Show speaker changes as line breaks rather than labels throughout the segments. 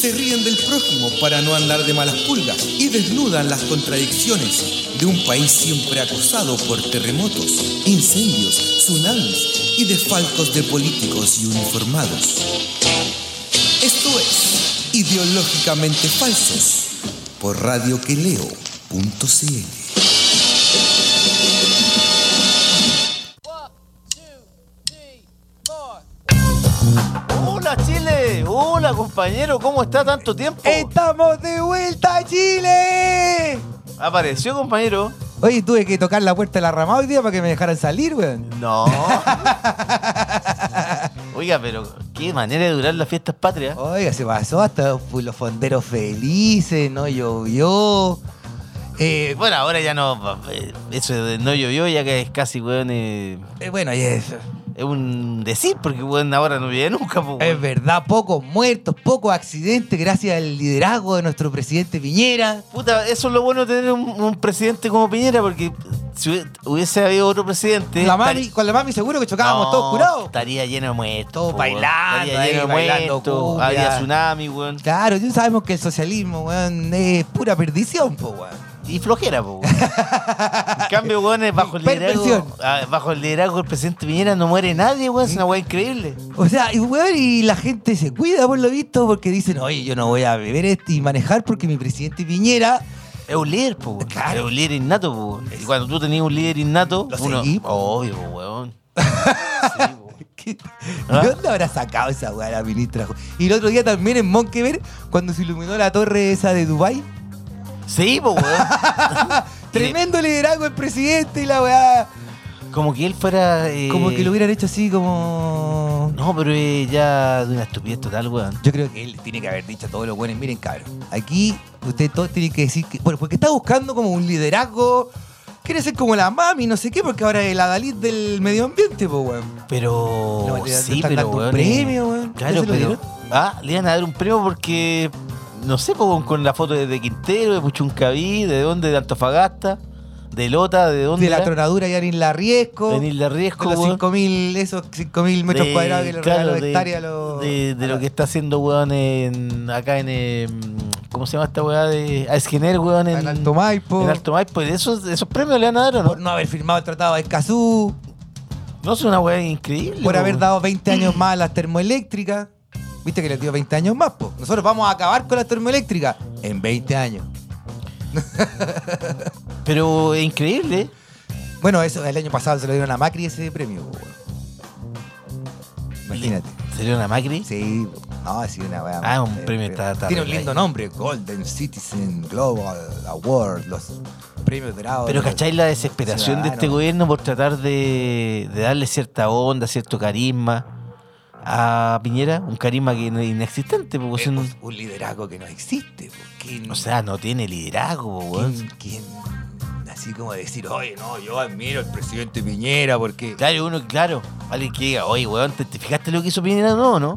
se ríen del prójimo para no andar de malas pulgas y desnudan las contradicciones de un país siempre acosado por terremotos, incendios, tsunamis y desfalcos de políticos y uniformados. Esto es Ideológicamente Falsos por radioqueleo.cl.
Hola Chile, hola compañero, ¿cómo está tanto tiempo?
¡Estamos de vuelta a Chile!
Apareció compañero.
Oye, tuve que tocar la puerta de la rama hoy día para que me dejaran salir, weón.
No. Oiga, pero qué manera de durar las fiestas patrias.
Oiga, se pasó hasta fu- los fonderos felices, no llovió. Eh,
Bueno, ahora ya no. eh, Eso de no llovió, ya que es casi, weón, eh,
eh, bueno, y es,
es un decir, porque weón, ahora no vive nunca, po,
es
weón.
verdad, pocos muertos, pocos accidentes gracias al liderazgo de nuestro presidente Piñera.
Puta, eso es lo bueno de tener un, un presidente como Piñera, porque si hubie- hubiese habido otro presidente.
La
estaría-
mami, con la mami seguro que chocábamos
No,
todos curados.
Estaría lleno de muertos.
Todos
po, weón.
bailando
Estaría lleno
ahí,
de
bailando
muertos.
cumbia.
Había tsunami, weón.
Claro, ya sabemos que el socialismo, weón, es pura perdición, po, weón.
Y flojera, po. weón. En cambio, weón, es bajo el liderazgo.
Perversión.
ah, Bajo el liderazgo del presidente Piñera no muere nadie, weón. Es una weá increíble.
O sea, y, weón, y la gente se cuida por lo visto porque dicen, oye, yo no voy a beber este y manejar porque mi presidente Piñera
Es un líder, po. weón.
Claro.
Es un líder innato, po. weón. Y cuando tú tenías un líder innato,
Lo
uno.
seguí, po.
Obvio, po, weón. Sí, po.
¿Qué? ¿De
¿Ah?
dónde habrá sacado esa weá la ministra? Y el otro día también en Monkever, cuando se iluminó la torre esa de Dubai
Sí, po, weón.
Tremendo liderazgo el presidente y la weá.
Como que él fuera. eh,
Como que lo hubieran hecho así como.
No, pero eh, ya de una estupidez total, weón.
Yo creo que él tiene que haber dicho a todos los buenos, miren cabrón, aquí ustedes todos tienen que decir que. Bueno, porque está buscando como un liderazgo. Quiere ser como la mami, no sé qué, porque ahora es el adalid del medio ambiente, pues weón.
Pero.
No, le- le
sí,
están
pero,
dando un
weón.
premio, weón. ¿Ya
Claro,
se lo
pero.
dieron?
Ah, le iban a dar un premio porque. No sé, po, con, con la foto de, de Quintero, de Puchuncaví, de dónde, de Antofagasta, de Lota, de dónde.
De la
era?
tronadura ya en la riesgo.
De Nilda
De
Riesco,
los
weón.
5.000, esos 5.000 metros
De-
cuadrados que le
claro,
regaló
de-
hectárea a los.
De, de
a
lo
la-
que está haciendo, weón, en, acá en. eh, ¿Cómo se llama esta weá? De, a Esquener, weón, en.
al Alto Maipo.
En Alto Maipo. ¿Y ¿Esos, esos premios le van a dar o no?
Por no haber firmado el tratado de Escazú.
No, es una weá increíble.
Por haber
weón.
dado 20 años más a las termoeléctricas. Viste que le dio 20 años más, po. Nosotros vamos a acabar con las termoeléctricas en 20 años.
Pero es increíble, ¿eh?
Bueno, eso el año pasado se lo dieron a Macri ese premio, po, weón. Imagínate.
¿Sería una Macri?
Sí, po. no, ha sido una weá.
Ah, un
eh,
premio está- está
Tiene un
arreglado.
lindo nombre: Golden Citizen Global Award, los premios dorados.
Pero
los-
¿cacháis la desesperación de este
Ciudadano.
gobierno por tratar de, de darle cierta onda, cierto carisma a Piñera? Un carisma que no es inexistente, porque si
Eh,
no-
pues, un liderazgo que no existe. pues, ¿quién-
o sea, no tiene liderazgo, po, weón.
¿quién, quién- así como decir, oye, no, yo admiro al presidente Piñera porque...
Claro, uno, claro. Alguien que diga, oye, weón, ¿te, te fijaste lo que hizo Piñera? No, ¿no?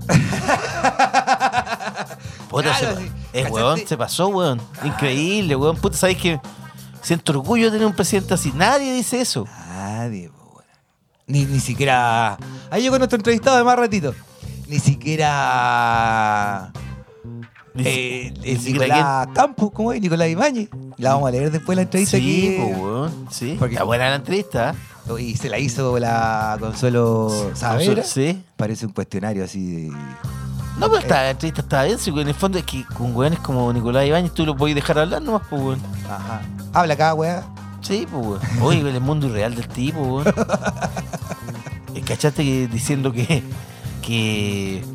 Puta,
Claro,
se,
sí.
es,
¿Cachaste?
weón, se pasó, weón. Increíble, weón. Puta, ¿sabéis que siento orgullo de tener un presidente así? Nadie dice eso.
Nadie, po, weón. ni, ni siquiera... Ahí llegó nuestro entrevistado de más ratito. Ni siquiera...
Ni si-
eh,
ni
eh,
siquiera
Nicolás Campos, ¿cómo es? Nicolás Ibañez. La vamos a leer después la entrevista
Sí,
que...
po, weón. Sí.
Porque-
Está buena la entrevista, ¿eh?
Y se la hizo la Consuelo Saavedra.
Sí.
Parece un cuestionario así de...
No, pero
Eh.
esta entrevista está bien, sí, porque en el fondo es que con weones como Nicolás Ibáñez tú lo podés dejar hablar nomás, pues weón.
Ajá. Habla cada weá.
Sí, pues weón. Oye, el mundo irreal del tipo, weón. Eh, ¿Cachaste que diciendo que, que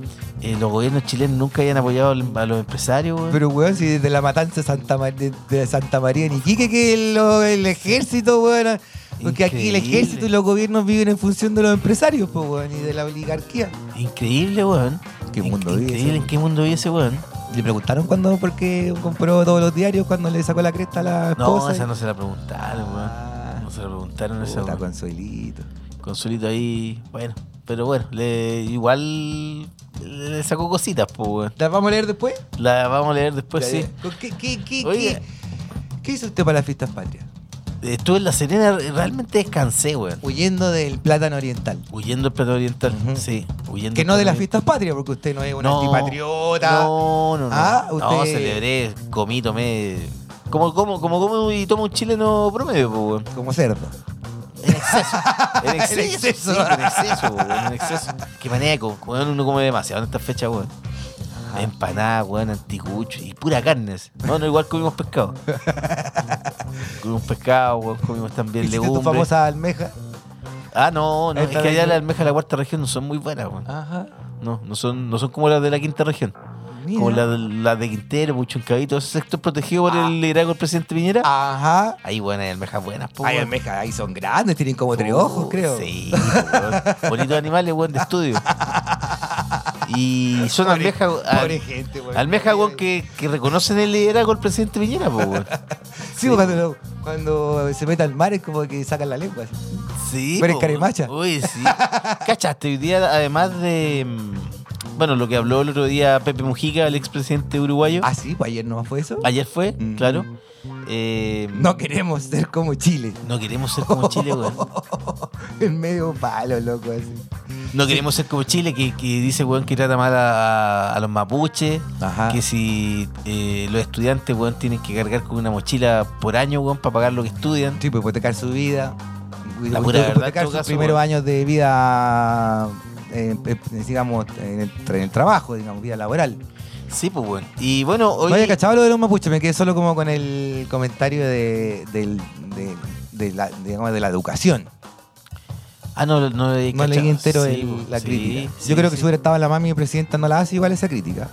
eh, los gobiernos chilenos nunca habían apoyado al- a los empresarios, weón?
Pero, weón, si desde la matanza de Santa, Ma- de, de Santa María en Iquique, que el, lo- el ejército, weón. Porque aquí el
Increíble.
ejército y los gobiernos viven en función de los empresarios, pues, weón, y de la oligarquía.
Increíble, weón.
¿Qué
In-
mundo vive
Increíble
ese?
en qué mundo vive ese weón.
¿Le preguntaron cuándo, por qué compró todos los diarios, cuando le sacó la cresta a la
No,
esposa?
esa no se la preguntaron, weón.
Ah.
No se la preguntaron esa
Puta,
weón.
Consuelito.
Consolito ahí, bueno. Pero bueno, le, igual le sacó cositas, pues, weón.
¿Las vamos a leer después?
La vamos a leer después,
Ya,
Pues sí.
ya. ¿Con ¿Qué, qué, qué,
Oiga.
qué, qué hizo usted para las fiestas patrias?
Estuve en La Serena, realmente descansé, weón.
Huyendo del plátano oriental.
Huyendo del plato oriental,
Ujú.
sí. Huyendo
Que
del plato
no de las
oriental.
fiestas patrias, porque usted no es un antipatriota.
No, no, no.
Ah,
No,
usted-
celebré, comí, tomé. Como, como, como, como y tomo un chileno promedio, pues, weón.
Como cerdo.
En exceso. En exceso.
En exceso.
sí, en exceso, po, weón, en exceso. Qué manera de comer, weón, uno come demasiado en esta fecha, weón.
Ah.
Empanada, weón, anticucho y pura carnes. No, no, igual comimos pescado. comimos pescado, weón, comimos también
Hiciste tu
legumbres.
famosa almeja.
Ah, no, no, es
Esta Ah.
que allá
vez-
las almejas de la cuarta región no son muy buenas, weón.
Ajá.
No, no son, no son como las de la quinta región.
Mira.
Como las de, la de Quintero, Puchuncaví, todo ese sector protegido por
Ah.
el liderazgo del presidente Piñera.
Ajá.
Ahí, bueno, hay almejas buenas, po,
Ah. Hay
weón.
almejas, ahí son grandes, tienen como tres ojos,
Uh,
creo.
Sí, po, weón. bonitos animales, weón, de estudio. Y son
Pobre-
almejas. al-
pobre gente, weón.
Almejas, weón, que, que reconocen el liderazgo del presidente Piñera, po, weón.
Sí, pues, Cuando, cuando se mete al mar es como que sacan la lengua. así.
Sí.
Pero en
po,
Carimacha.
Uy, sí. Cachaste, hoy día, además de. mm, Bueno, lo que habló el otro día Pepe Mujica, el expresidente uruguayo.
Ah, sí, pues ayer no fue eso.
Ayer fue,
Mm.
claro. Eh,
No queremos ser como Chile.
no queremos ser como Chile, weón.
En medio palo, loco, así.
No queremos ser como Chile, que, que dice weón que trata mal a, a los mapuches,
Ajá.
que si eh, los estudiantes weón tienen que cargar con una mochila por año weón para pagar lo que estudian.
Sí, pues hipotecar su vida.
La pura verdad, en
hipotecar
todo
sus
caso,
primeros
bueno.
años de vida, eh, eh, digamos, en el, en el trabajo, digamos, vida laboral.
Sí, pues weón. Y bueno, hoy.
No había cachado lo de los mapuches, me quedé solo como con el comentario de, del- de, de la, digamos, de la educación.
ah, no, no, había
No leí
cachado.
entero
Sí,
el-
po,
la
sí,
crítica.
sí,
Yo creo que
sí.
si hubiera estado la mami presidenta no la hace igual esa crítica.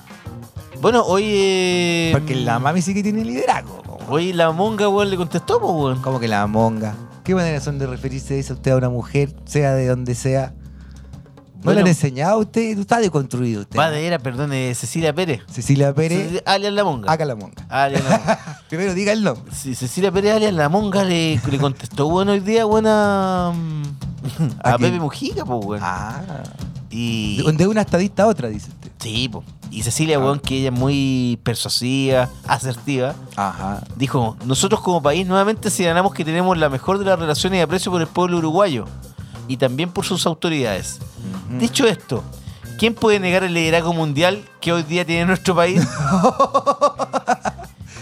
Bueno, hoy. eh,
Porque la mami sí que tiene liderazgo. po.
Hoy la monga weón le contestó, pues weón.
Como que la monga. ¿Qué manera son de referirse eso usted a una mujer, sea de donde sea? ¿No
Bueno.
le han enseñado a usted? Está deconstruido usted.
Va de era, perdón, eh, Cecilia Pérez.
Cecilia Pérez,
Cecilia- Alias la monga.
haga la monga.
Alias la monga.
Primero diga el nombre.
Sí, Cecilia Pérez alias La Monga le, le contestó bueno hoy día buena a,
¿A quién?
Pepe Mujica, pues weón.
Ah.
Y
De de una estadista a otra, dice usted.
sí, po. Y Cecilia,
Ah.
weón, que ella es muy persuasiva, asertiva,
Ajá.
dijo, "Nosotros como país nuevamente señalamos que tenemos la mejor de las relaciones de aprecio por el pueblo uruguayo y también por sus autoridades."
Ujú.
Dicho esto, ¿quién puede negar el liderazgo mundial que hoy día tiene nuestro país?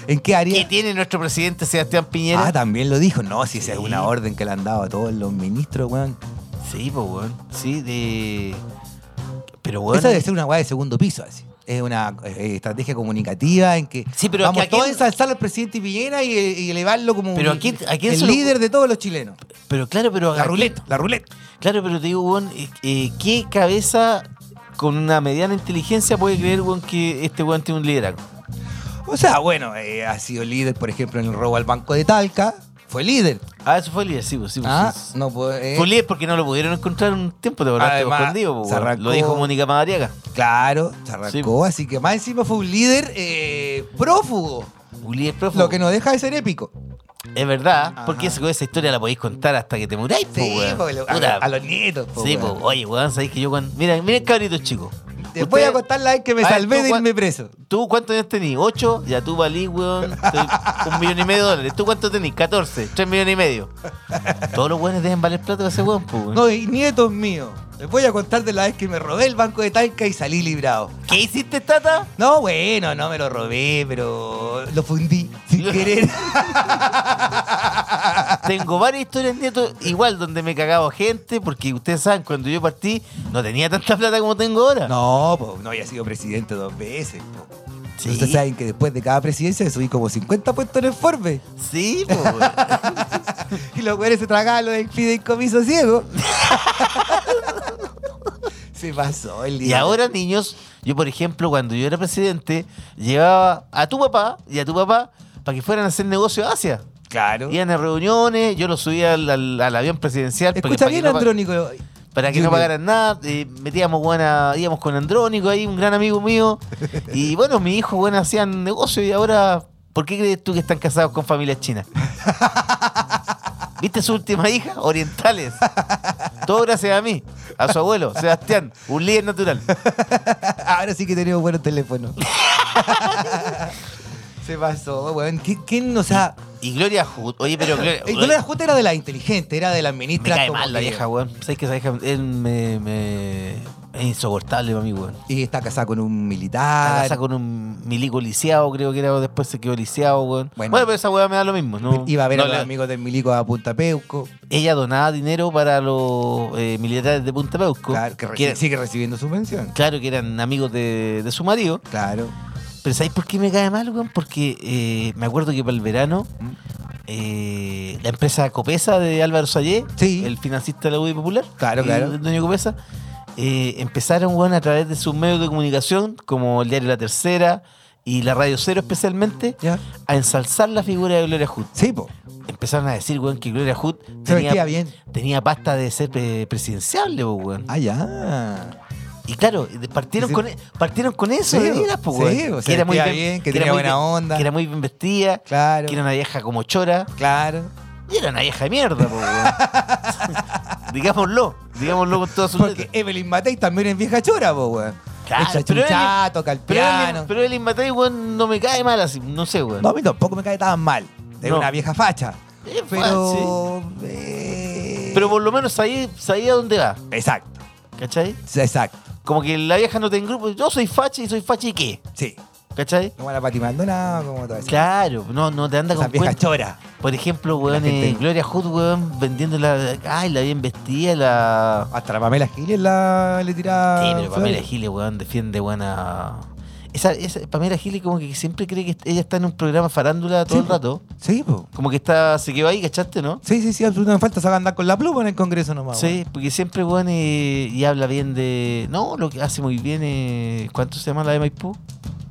¿En qué
¿Qué
área?
tiene nuestro presidente Sebastián Piñera?
Ah, también lo dijo. No, si esa es
Sí.
una orden que le han dado a todos los ministros, weón.
Sí, pues, weón. Sí, de. Pero, weón.
Esa debe ser una weá de segundo piso, así. Es una eh, estrategia comunicativa en que
Sí, pero
vamos
¿a quién-
todos a ensalzar al presidente Piñera y, eh, y elevarlo como
Pero
un-
¿a quién- a quién
el
se lo-
líder de todos los chilenos.
Pero claro, pero.
La
aquí-
ruleta, la ruleta.
Claro, pero te digo, weón, eh, eh, ¿qué cabeza con una mediana inteligencia puede creer, weón, que este weón tiene un liderazgo?
O sea, bueno, eh, ha sido líder, por ejemplo, en el robo al banco de Talca. Fue líder.
Ah, eso fue el líder, sí, pues, sí, pues,
Ah,
sí, sí.
no puede.
Fue líder porque no lo pudieron encontrar un tiempo, te acordaste,
Además,
escondido, pues,
se
weón.
arrancó-
Lo dijo Mónica Madariaga.
Claro, se arrancó, así que más encima fue un líder eh, prófugo.
Un líder prófugo.
Lo que no deja de ser épico.
Es verdad,
Ajá.
porque esa, esa historia la podéis contar hasta que te muráis, pues,
Sí,
weón.
po, lo- a,
Puta.
a los nietos. po,
Sí, pues,
weón.
oye, weón, sabéis que yo cuando. Mira, miren, cabritos chicos.
Te voy a
Ustedes-
contar la vez que me
A ver,
salvé
tú,
de
Juan-
irme preso.
¿Tú cuántos años tenís? ¿Ocho? Ya tú valí, weón. te- Un millón y medio de dólares. ¿Tú cuánto tenís? 14, tres millones y medio. Todos los weones deben valer plata de ese weón, pues, weón.
No, y nietos míos. Les voy a contar de la vez que me robé el banco de Talca y salí librado.
¿Qué hiciste, tata?
No, bueno, no me lo robé, pero lo fundí sin querer.
Tengo varias historias, nieto, igual donde me cagaba gente, porque ustedes saben, cuando yo partí, no tenía tanta plata como tengo ahora.
No, po, no había sido presidente dos veces. Po.
Sí.
Ustedes saben que después de cada presidencia subí como 50 puestos en el Forbes.
Sí, pues, weón.
Y los güeyes se tragaban los del fideicomiso ciego. se pasó el día.
Y ahora, niños, yo, por ejemplo, cuando yo era presidente, llevaba a tu papá y a tu papá para que fueran a hacer negocio a Asia.
Claro.
Iban a reuniones, yo los subía al, al- al avión presidencial. para que-
Escucha
para que
bien,
no pa-
Andrónico.
Para para que no
Junior.
pagaran nada. eh, metíamos, buena, íbamos con Andrónico ahí, un gran amigo mío. Y bueno, mi hijo, bueno, hacían negocio y ahora, ¿por qué crees tú que están casados con familias chinas? ¿Viste su última hija? Orientales. Todo gracias a mí, a su abuelo, Sebastián, un líder natural.
Ahora sí que tenemos buenos teléfonos. Se pasó, weón. ¿Qui- ¿Quién, o sea,
Y Gloria Hood. Oye, pero Gloria.
el Gloria Justa era de la inteligente, era de la
me
ministra.
cae
como
mal la
que-
vieja, weón. ¿Sabes que esa vieja él me, me- es insoportable para mí, weón?
Y está casada con un
La
militar.
casa con un milico lisiado, creo que era. Después se quedó lisiado, weón.
Bueno.
Bueno, pero esa weá me da lo mismo. No,
Iba a ver
no
a los
le-
amigos del milico a Punta Peuco.
Ella donaba dinero para los eh, militares de Punta Peuco.
Claro, que reci-
eran-
sigue recibiendo su pensión.
claro que eran amigos de, de su marido.
Claro.
Pero ¿sabéis por qué me cae mal, weón? Porque eh, me acuerdo que para el verano.
Mm.
eh, la empresa Copesa de Álvaro Sayé,
Sí.
el financista de la UDI Popular,
Claro,
y
claro.
el dueño de Copesa, eh, empezaron weón, a través de sus medios de comunicación, como el diario La Tercera y la Radio Cero especialmente,
¿Ya?
a ensalzar la figura de Gloria Hood.
Sí, po.
Empezaron a decir, weón, que Gloria Hood
Se vestía
tenía,
bien.
tenía pasta de ser eh, presidenciable, po, weón.
Ah, ya.
Y claro, de- partieron,
Sí.
con, e- partieron con eso
Sí,
de veras, po,
sí,
weón.
o sea, vestía bien, que
era
tenía
muy
buena
bien-
onda.
Que era muy bien vestida,
Claro.
que era una vieja como chora.
Claro.
Y era una vieja de mierda, po, weón. digámoslo, digámoslo con todas sus
Porque
letras.
Evelyn Matei también es vieja chora, po, weón.
Claro,
Echa
pero Evelyn-
chuchato, toca el
Pero
piano.
el, pero el Inmatei, weón, no me cae mal así, no sé, weón.
No, a mí tampoco me cae tan mal. Es
No.
una vieja facha.
Es fácil.
Pero. eh,
Pero por lo menos sabía, sabía dónde va,
Exacto.
¿cachai?
Exacto.
Como que la vieja no te grupo yo soy facha y soy facha y qué,
Sí.
¿cachai?
Como la Pati Maldonado, como toda esa.
Claro, no, no te anda
Esa
con
vieja
cuentos.
chora.
Por ejemplo, weón,
La gente-
eh, Gloria Hood, weón, vendiendo la. Ay, la bien vestida, la.
Hasta la Pamela Giles la, le tiraba.
Sí, pero Pamela
flores.
Giles, weón, defiende, weón, a. Esa, esa- Pamela Giles, como que siempre cree que ella está en un programa farándula todo
Sí,
el
po.
rato.
Sí, po.
Como que está, se quedó ahí, ¿cachaste, no?
Sí, sí, sí, absolutamente falta. Sabe andar con la pluma en el Congreso nomás.
Sí, porque siempre, weón, eh, y habla bien de. No, lo que hace muy bien. Eh, ¿Cuánto se llama la de Maipú?
weón.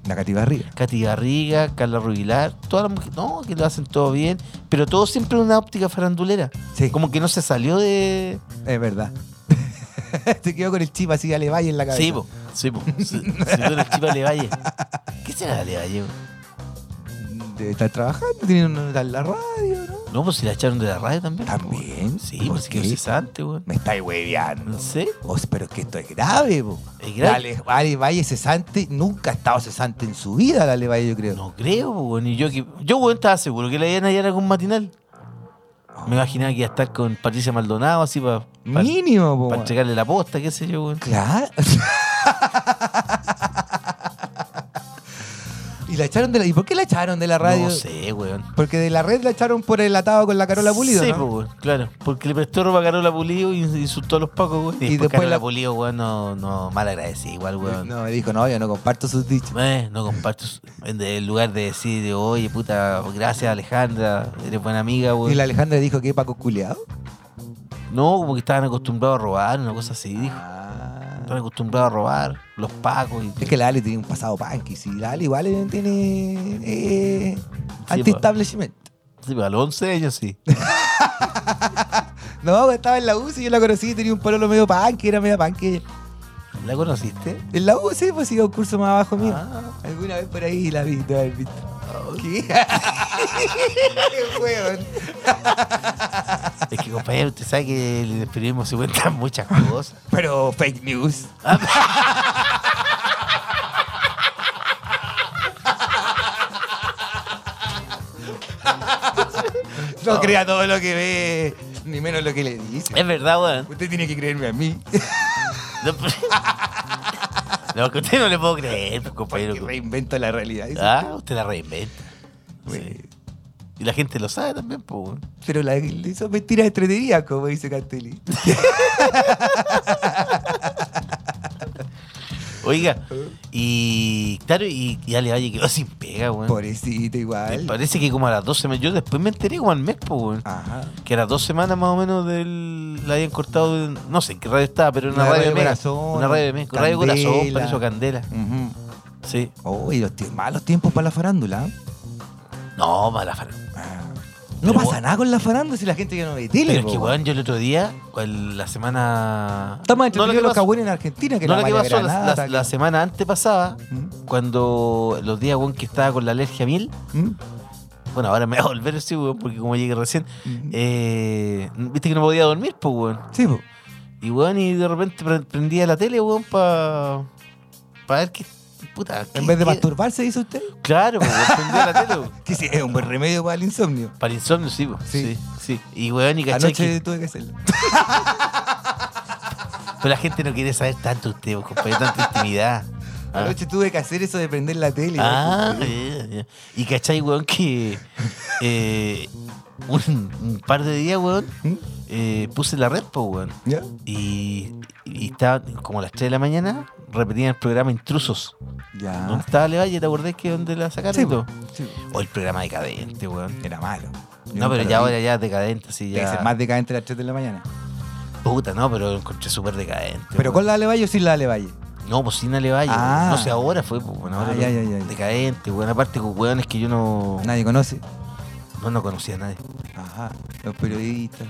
La Cati Barriga.
Katy Garriga, Carla Rubilar, todas las mujeres, no, que lo hacen todo bien, pero todo siempre en una óptica farandulera.
Sí,
Como que no se salió de.
es verdad. Se quedó con el chip así a Levalle en la cabeza.
Sí, po, sí, po. Se, se quedó en el chip a Levalle. ¿Qué será de Levalle? po?
Debe estar trabajando, tiene una en la radio, ¿no?
No, pues si la echaron de la radio también. po.
También.
Sí,
¿Por
pues si quedó
qué?
cesante, weón.
Me estáis hueveando.
No sé.
Oh, pero es que esto es grave, po.
Es grave.
Ale, Ale Valle cesante, nunca ha estado cesante en su vida, la Ale Valle, yo creo.
No creo, po, weón. Y yo, que, yo, weón, estaba seguro que la iban a llevar a algún matinal. Me imaginaba que iba a estar con Patricia Maldonado, así para
Mínimo,
para
po. weón.
entregarle la posta, qué sé yo, weón.
Claro. y la echaron de la. ¿Y por qué la echaron de la radio?
No sé, weón.
Porque de la red la echaron por el atado con la Carola Pulido,
Sí,
¿no?
pues, weón, claro. Porque le prestó ropa a Carola Pulido y insultó a los pacos, weón. Y, después
después
Carola
la-
Pulido, weón, no, no mal agradecida, igual, weón.
No, me dijo, no, yo no comparto sus dichos.
Eh, no comparto. su- En de- en lugar de decir, oye, puta, gracias Alejandra, eres buena amiga,
Y
weón.
la Alejandra dijo que Paco culiado.
No, como que estaban acostumbrados a robar, una cosa así, dijo. Estaban
Ah.
acostumbrados a robar, los pacos. Y...
Es que la Ale tiene un pasado punk. Y si la Ale igual eh, tiene. Eh, anti-establishment.
Sí, pues, a los 11 años sí.
No, pues, estaba en la U, si yo la conocí, tenía un pololo medio punk, era medio punk.
¿La conociste?
En la U, sí, pues iba un curso más abajo mío.
Ah.
Alguna vez por ahí la vi, te la he visto. ¿Qué? Qué weón.
Es que, compañero, usted sabe que en el periodismo se cuentan muchas cosas.
Pero fake news. no crea todo lo que ve, ni menos lo que le dice.
Ah. Es verdad, weón.
Usted tiene que creerme a mí.
No, pero- No, que usted no le puedo creer, pues, compañero.
Que reinvento la realidad. dice.
Ah, usted la reinventa.
Bueno,
Y la gente lo sabe también, pues. weón.
Pero la, son mentiras entretenidas, como dice Castelli.
Oiga, y claro, y ya le vaya quedó sin pega, weón.
Pobrecita
Me
igual.
Parece que como a las dos semanas, yo después me enteré como al mes, pues, weón.
Ajá.
Que a las dos semanas más o menos del, la habían cortado, en- no sé en qué radio estaba, pero en una,
Una
radio,
radio
mega,
Corazón,
Una radio de México, radio
Candela.
Corazón, para eso Candela.
Ujú.
Sí.
Oh, y los tie- malos tiempos para la farándula. ¿eh?
No, mala fara-
Ah. No
Pero,
pasa
weón,
nada con la farándula si la gente ya no ve tele.
Pero es
po,
que,
weón.
weón, yo el otro día, cual- la semana.
Está más
No, la
entretenido
que
los
pasó-
cagüenes en Argentina que
no,
la
la que
Maya
pasó la-
Granata,
la,
que-
la semana antepasada,
¿Mm?
cuando los días, weón, que estaba con la alergia mil.
¿Mm?
Bueno, ahora me va a volver así, weón, porque como llegué recién,
¿Mm?
eh, viste que no podía dormir, pues, weón.
Sí, po.
Y, weón, y de repente pre- prendía la tele, weón, para ver qué. Puta, qué-
En vez de
qué-
masturbarse, dice usted.
Claro, pues, weón, prendía la tele, weón.
Que sí, es un buen remedio para el insomnio.
Para insomnio, sí, pues.
Sí.
Sí. sí. Y, weón, y cachai.
Anoche
que-
tuve que hacerlo.
Pero la gente no quiere saber tanto usted, weón, compadre, tanta intimidad. Ah.
Anoche tuve que hacer eso de prender la tele.
Ah, ya, ya. y cachai, weón, que eh, un, un par de días, weón,
¿Mm?
eh, puse la red, po, weón.
¿Ya?
Y, y estaba como a las 3 de la mañana, repetían el programa Intrusos. Donde
Ya.
estaba Levalle, ¿te acordás que donde la sacaron?
Ah. Sí,
y todo?
po. Sí, po.
O el programa decadente, weón.
Era malo. Yo
No, pero
nunca
ya
lo vi.
ahora ya es decadente, así
Debe ser
ya.
más decadente a las 3 de la mañana.
Puta, no, pero lo encontré súper decadente.
¿Pero
weón.
con la de Valle o sin la de Valle?
No, pues sin Alevalle.
Ah.
No sé, ahora fue, pues, bueno, ahora
Ah,
lo-
ya, ya, ya, ya.
decadente, weón. Aparte con weones que yo no,
Nadie conoce.
no, no conocía a nadie.
Ajá. Los periodistas.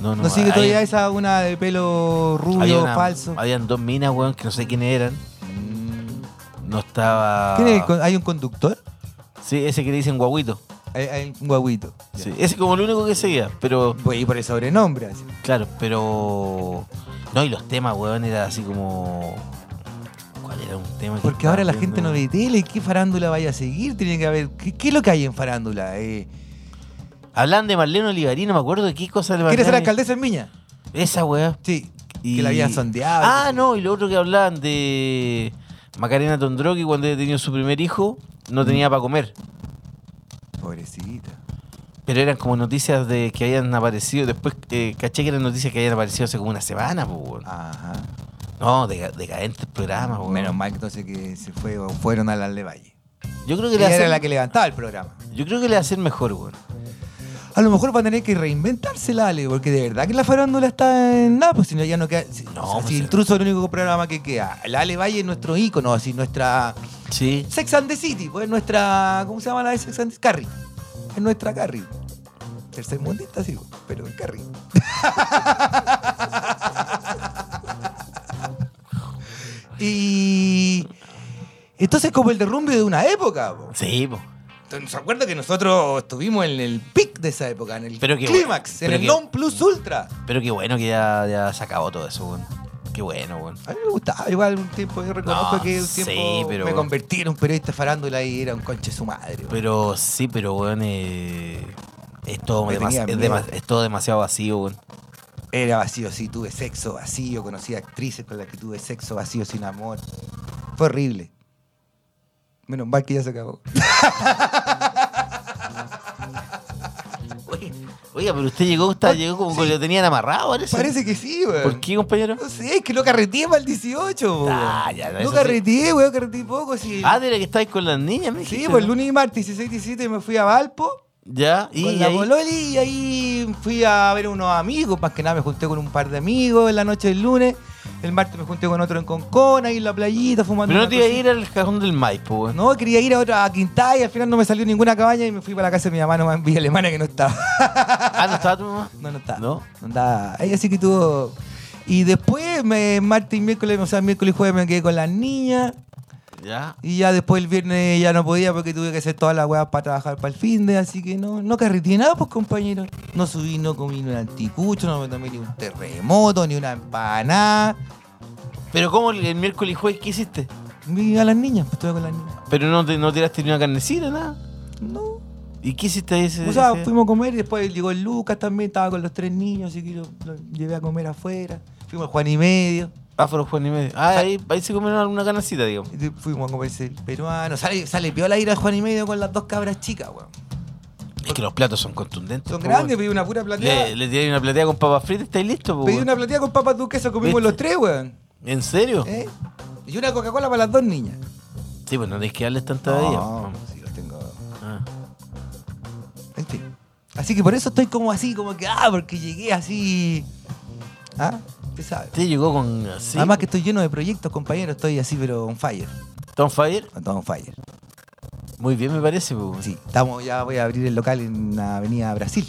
No,
¿No,
no,
sigue
había-
todavía esa una de pelo
había
rubio,
una-
falso?
Habían dos minas, weón, que no sé quiénes eran.
Mm.
No estaba.
¿Quién es el con- ¿Hay un conductor?
Sí, ese que le dicen guaguito.
Hay, hay un guaguito.
Sí, ese como el único que seguía. Pero,
Pues, y por el sobrenombre. así.
claro, pero. No, y los temas, weón, era así como. ¿Cuál era un tema? que
Porque
estaba
ahora la
viendo?
gente no ve tele. ¿Qué farándula vaya a seguir? Tiene que haber. ¿Qué, qué es lo que hay en farándula? Eh,
Hablaban de Marlene Olivarí, no me acuerdo de qué cosa le
¿Quieres ser
Marlene-
alcaldesa en Miña?
Esa, weón.
Sí.
Y-
Que la habían sondeado.
Ah, no, y lo otro que hablaban de Macarena Tondroki cuando había tenido su primer hijo, no
Mm.
tenía para comer.
Pobrecita.
Pero eran como noticias de que habían aparecido. Después eh, caché que eran noticias que habían aparecido hace como una semana, po, weón.
Ajá.
No, deca- decadente el programa, weón.
Menos mal que entonces que se fue, o fueron a la de Valle.
Yo creo que le
Ella era
hacen,
la que levantaba el programa.
yo creo que le hacen mejor, weón.
A lo mejor va a tener que reinventársela, Ale, porque de verdad que la farándula está en nada, pues si no ya no queda. Si,
No,
o sea,
pues
si
sí.
intruso es el único programa que queda. El Ale Valle es nuestro ícono, así nuestra.
Sí.
Sex and the City, pues nuestra. ¿Cómo se llama la de Sex and the Carrie. Es nuestra Carrie. Tercer mundista, sí, pues, pero es Carrie. y. Entonces, como el derrumbe de una época, pues. po.
Sí, po.
Entonces, ¿Se acuerda que nosotros estuvimos en el pic de esa época, en el
Pero qué
clímax,
bueno,
en
pero
el
qué-
non plus ultra?
Pero qué bueno que ya, ya se acabó todo eso, weón. Qué bueno, weón.
A mí me gustaba, igual un tiempo, yo reconozco
No,
que un
sí,
tiempo
pero-
me convertí en un periodista farándula y era un conche su madre. weón.
Pero sí, pero weón, eh, es, todo
Me
demas-
tenía
es,
miedo.
demas- es todo demasiado vacío, weón.
Era vacío, sí, tuve sexo vacío, conocí actrices con las que tuve sexo vacío sin amor. Fue horrible. Menos mal que ya se acabó.
Oye, Oiga, pero usted llegó, está, llegó como que lo tenían amarrado, parece.
Parece que sí, weón.
¿Por qué, compañero?
No sé, es que no carreteé para el 18, weón.
Ah, ya, no,
no
eso sí.
carreteé, weón, carreteé poco. Sí,
Ah, de la que estáis con las niñas, me
sí
dijiste,
pues
¿no?
lunes y martes, 16 17 me fui a Valpo.
Ya, y
con la
ahí-
Pololi y ahí fui a ver unos amigos, más que nada me junté con un par de amigos en la noche del lunes, el martes me junté con otro en Concón, ahí en la playita fumando.
Pero no
una
te iba a
cosita.
ir al cajón del Maipo, weón.
No, quería ir a otra a Quintay, al final no me salió ninguna cabaña y me fui para la casa de mi mamá nomás en Villa Alemana que no estaba.
Ah, no estaba tu mamá.
No, no estaba.
¿No?
No estaba. Ella sí que tuvo. Y después me, martes y miércoles, o sea, miércoles y jueves me quedé con las niñas.
Ya.
Y ya después el viernes ya no podía porque tuve que hacer todas las weas para trabajar para el fin de, así que no, no carreteé nada, pues compañero. No subí, no comí ni un anticucho, no me tomé ni un terremoto, ni una empanada.
Pero ¿cómo el, el miércoles y jueves qué hiciste?
Vi a las niñas, pues estuve con las niñas.
Pero no, te, no tiraste ni una carnecita, nada.
No.
¿Y qué hiciste ese?
O sea,
ese-
fuimos a comer y después llegó el Lucas también, estaba con los tres niños, así que lo, lo llevé a comer afuera. Fuimos a Juan y medio.
Afro Juan y medio. Ah, ahí, ahí se comieron alguna canacita, digamos.
y de- Fuimos a comerse el peruano. Sale, sale piola ir a Juan y medio con las dos cabras chicas, weón.
Es que los platos son contundentes.
Son
po,
grandes,
weón.
pedí una pura
Le,
plateada.
le tiré una platea con papas fritas, ¿estáis listos, po,
Pedí
weón?
una plateada con papas duquesas, comimos
¿Viste?
los tres, weón.
¿En serio?
¿Eh? Y una Coca-Cola para las dos niñas.
Sí, pues no tenéis que darles tanta de ellas. Vamos.
sí, los tengo.
Ah.
En fin. Así que por eso estoy como así, como que, ah, porque llegué así. Ah, usted sabe.
Usted llegó con. así,
Además que estoy lleno de proyectos, compañero, estoy así, pero on fire.
Tom Fire.
Con todo on fire.
Muy bien, me parece, po, weón.
Sí, estamos, ya voy a abrir el local en la Avenida Brasil.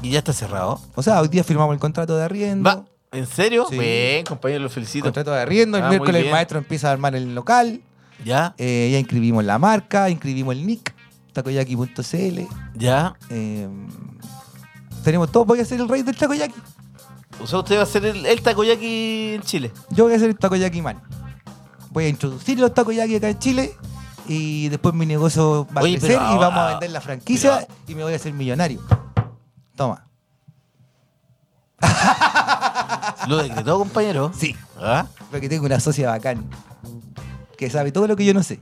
Y ya está cerrado.
O sea, hoy día firmamos el contrato de arriendo.
Va. ¿En serio?
Sí.
Bien, compañero, lo felicito.
Contrato de arriendo. El
Ah, muy
miércoles el
bien.
maestro empieza a armar el local.
Ya,
Eh, ya inscribimos la marca, inscribimos el nick, takoyaki.cl.
ya.
Eh, tenemos todo. Voy a ser el rey del takoyaki.
O sea, usted va a hacer el, el takoyaki en Chile.
Yo voy a ser el takoyaki man. Voy a introducir los takoyaki acá en Chile. Y después mi negocio va a
Oye,
crecer
pero ah,
y vamos a
ahora-
vender la franquicia y me voy a hacer millonario. Toma.
Lo decretó, compañero.
Sí.
¿Ah?
Porque tengo una socia bacán. Que sabe todo lo que yo no sé.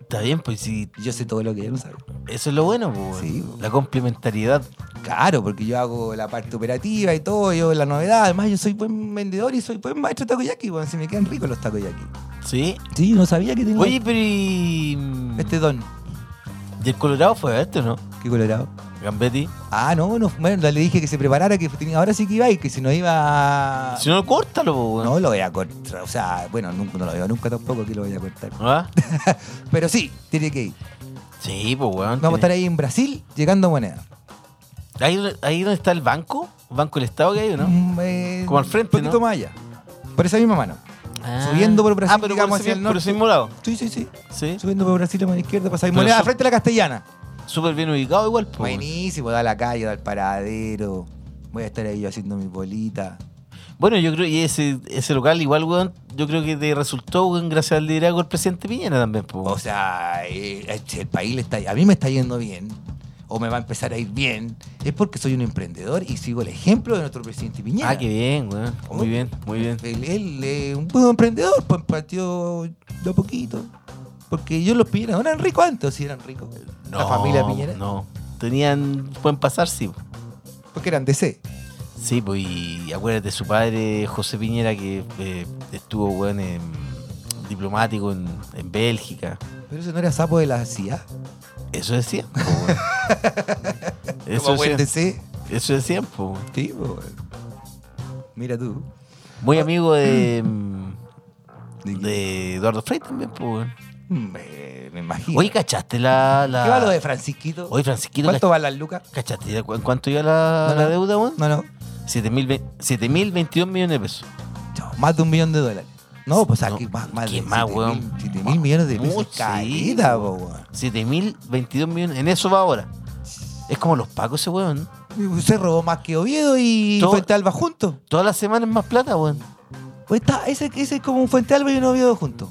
Está bien, pues sí.
Y Yo sé todo lo que ella no sabe.
Eso es lo bueno, po, weón.
Sí, pues. po.
La complementariedad.
Claro, porque yo hago la parte operativa y todo, yo la novedad. Además, yo soy buen vendedor y soy buen maestro de takoyaki. Bueno, se me quedan ricos los takoyaki.
Sí.
Sí, yo no sabía que tenía
Oye, pero y.
este don.
¿Y el Colorado fue a este, no?
Qué colorado.
Gambetti.
Ah, no, no, bueno, le dije que se preparara, que tenía- ahora sí que iba y que si no iba...
Si no, córtalo, po, weón.
No lo voy a cortar, o sea, bueno, nunca, no lo veo nunca tampoco que lo voy a cortar.
¿Ah?
Pero sí, tiene que ir.
Sí, pues, weón.
Vamos a estar
tiene-
ahí en Brasil, llegando a moneda.
ahí. ahí donde está el banco. Banco del Estado que hay, ¿o ¿no?
Mm, eh,
Como al frente,
Un poquito
¿no?
más allá. Por esa misma mano.
Ah.
Subiendo por Brasil,
Ah, pero
digamos,
por
hacia
ese,
el
por
norte.
ese morado.
Sí, sí, sí.
Sí.
Subiendo por Brasil a mano izquierda, pasáis
Pero
moneda
eso-
frente a la castellana.
Súper bien ubicado igual, po, weón.
Buenísimo, da la calle, da el paradero. Voy a estar ahí yo haciendo mis bolitas.
Bueno, yo creo, y ese, ese local igual, weón, yo creo que te resultó, weón, gracias al liderazgo del presidente Piñera también, po, weón.
O sea, eh, el país le está, a mí me está yendo bien, o me va a empezar a ir bien, es porque soy un emprendedor y sigo el ejemplo de nuestro presidente Piñera.
Ah, qué bien, weón. Muy
Oh.
bien, muy bien.
Él, él, eh, un buen emprendedor, pues partió de a poquito. Porque yo los Piñera no eran ricos antes, o sí eran ricos. la familia Piñera.
No. Tenían, pueden pasar, sí.
Porque eran DC.
Sí, pues, y acuérdate, su padre, José Piñera, que eh, estuvo, weón, en- diplomático en, en Bélgica.
Pero eso no era sapo de la CIA.
Eso decían, po, weón. Eso
Como buen
decían,
DC.
eso decían, po, weón.
Sí, pues, güey. Mira tú.
Muy
Ah.
amigo de, mm,
¿De qué?
de Eduardo Frey también, po, weón.
Mm, Me, me imagino.
Oye, ¿cachaste la...? la...
¿Qué va lo de Francisquito?
Oye, Francisquito,
¿Cuánto va las lucas?
cach- ¿cachaste ya cu- en cuánto iba la,
No, no.
la deuda, weón?
No, no.
7.022 millones de pesos.
Chao, más de un millón de dólares. No, pues
No,
aquí más, más
¿qué
de
más,
siete
weón?
mil- siete mil millones de pesos.
Mucho, sí,
Caleta, po, weón.
7.022 millones. En eso va ahora. Es como los pacos ese weón.
Se robó más que Oviedo y
Todo-
Fuente Alba juntos.
Todas las semanas más plata, weón.
Pues está, ese, ese es como un Fuente Alba y un Oviedo juntos.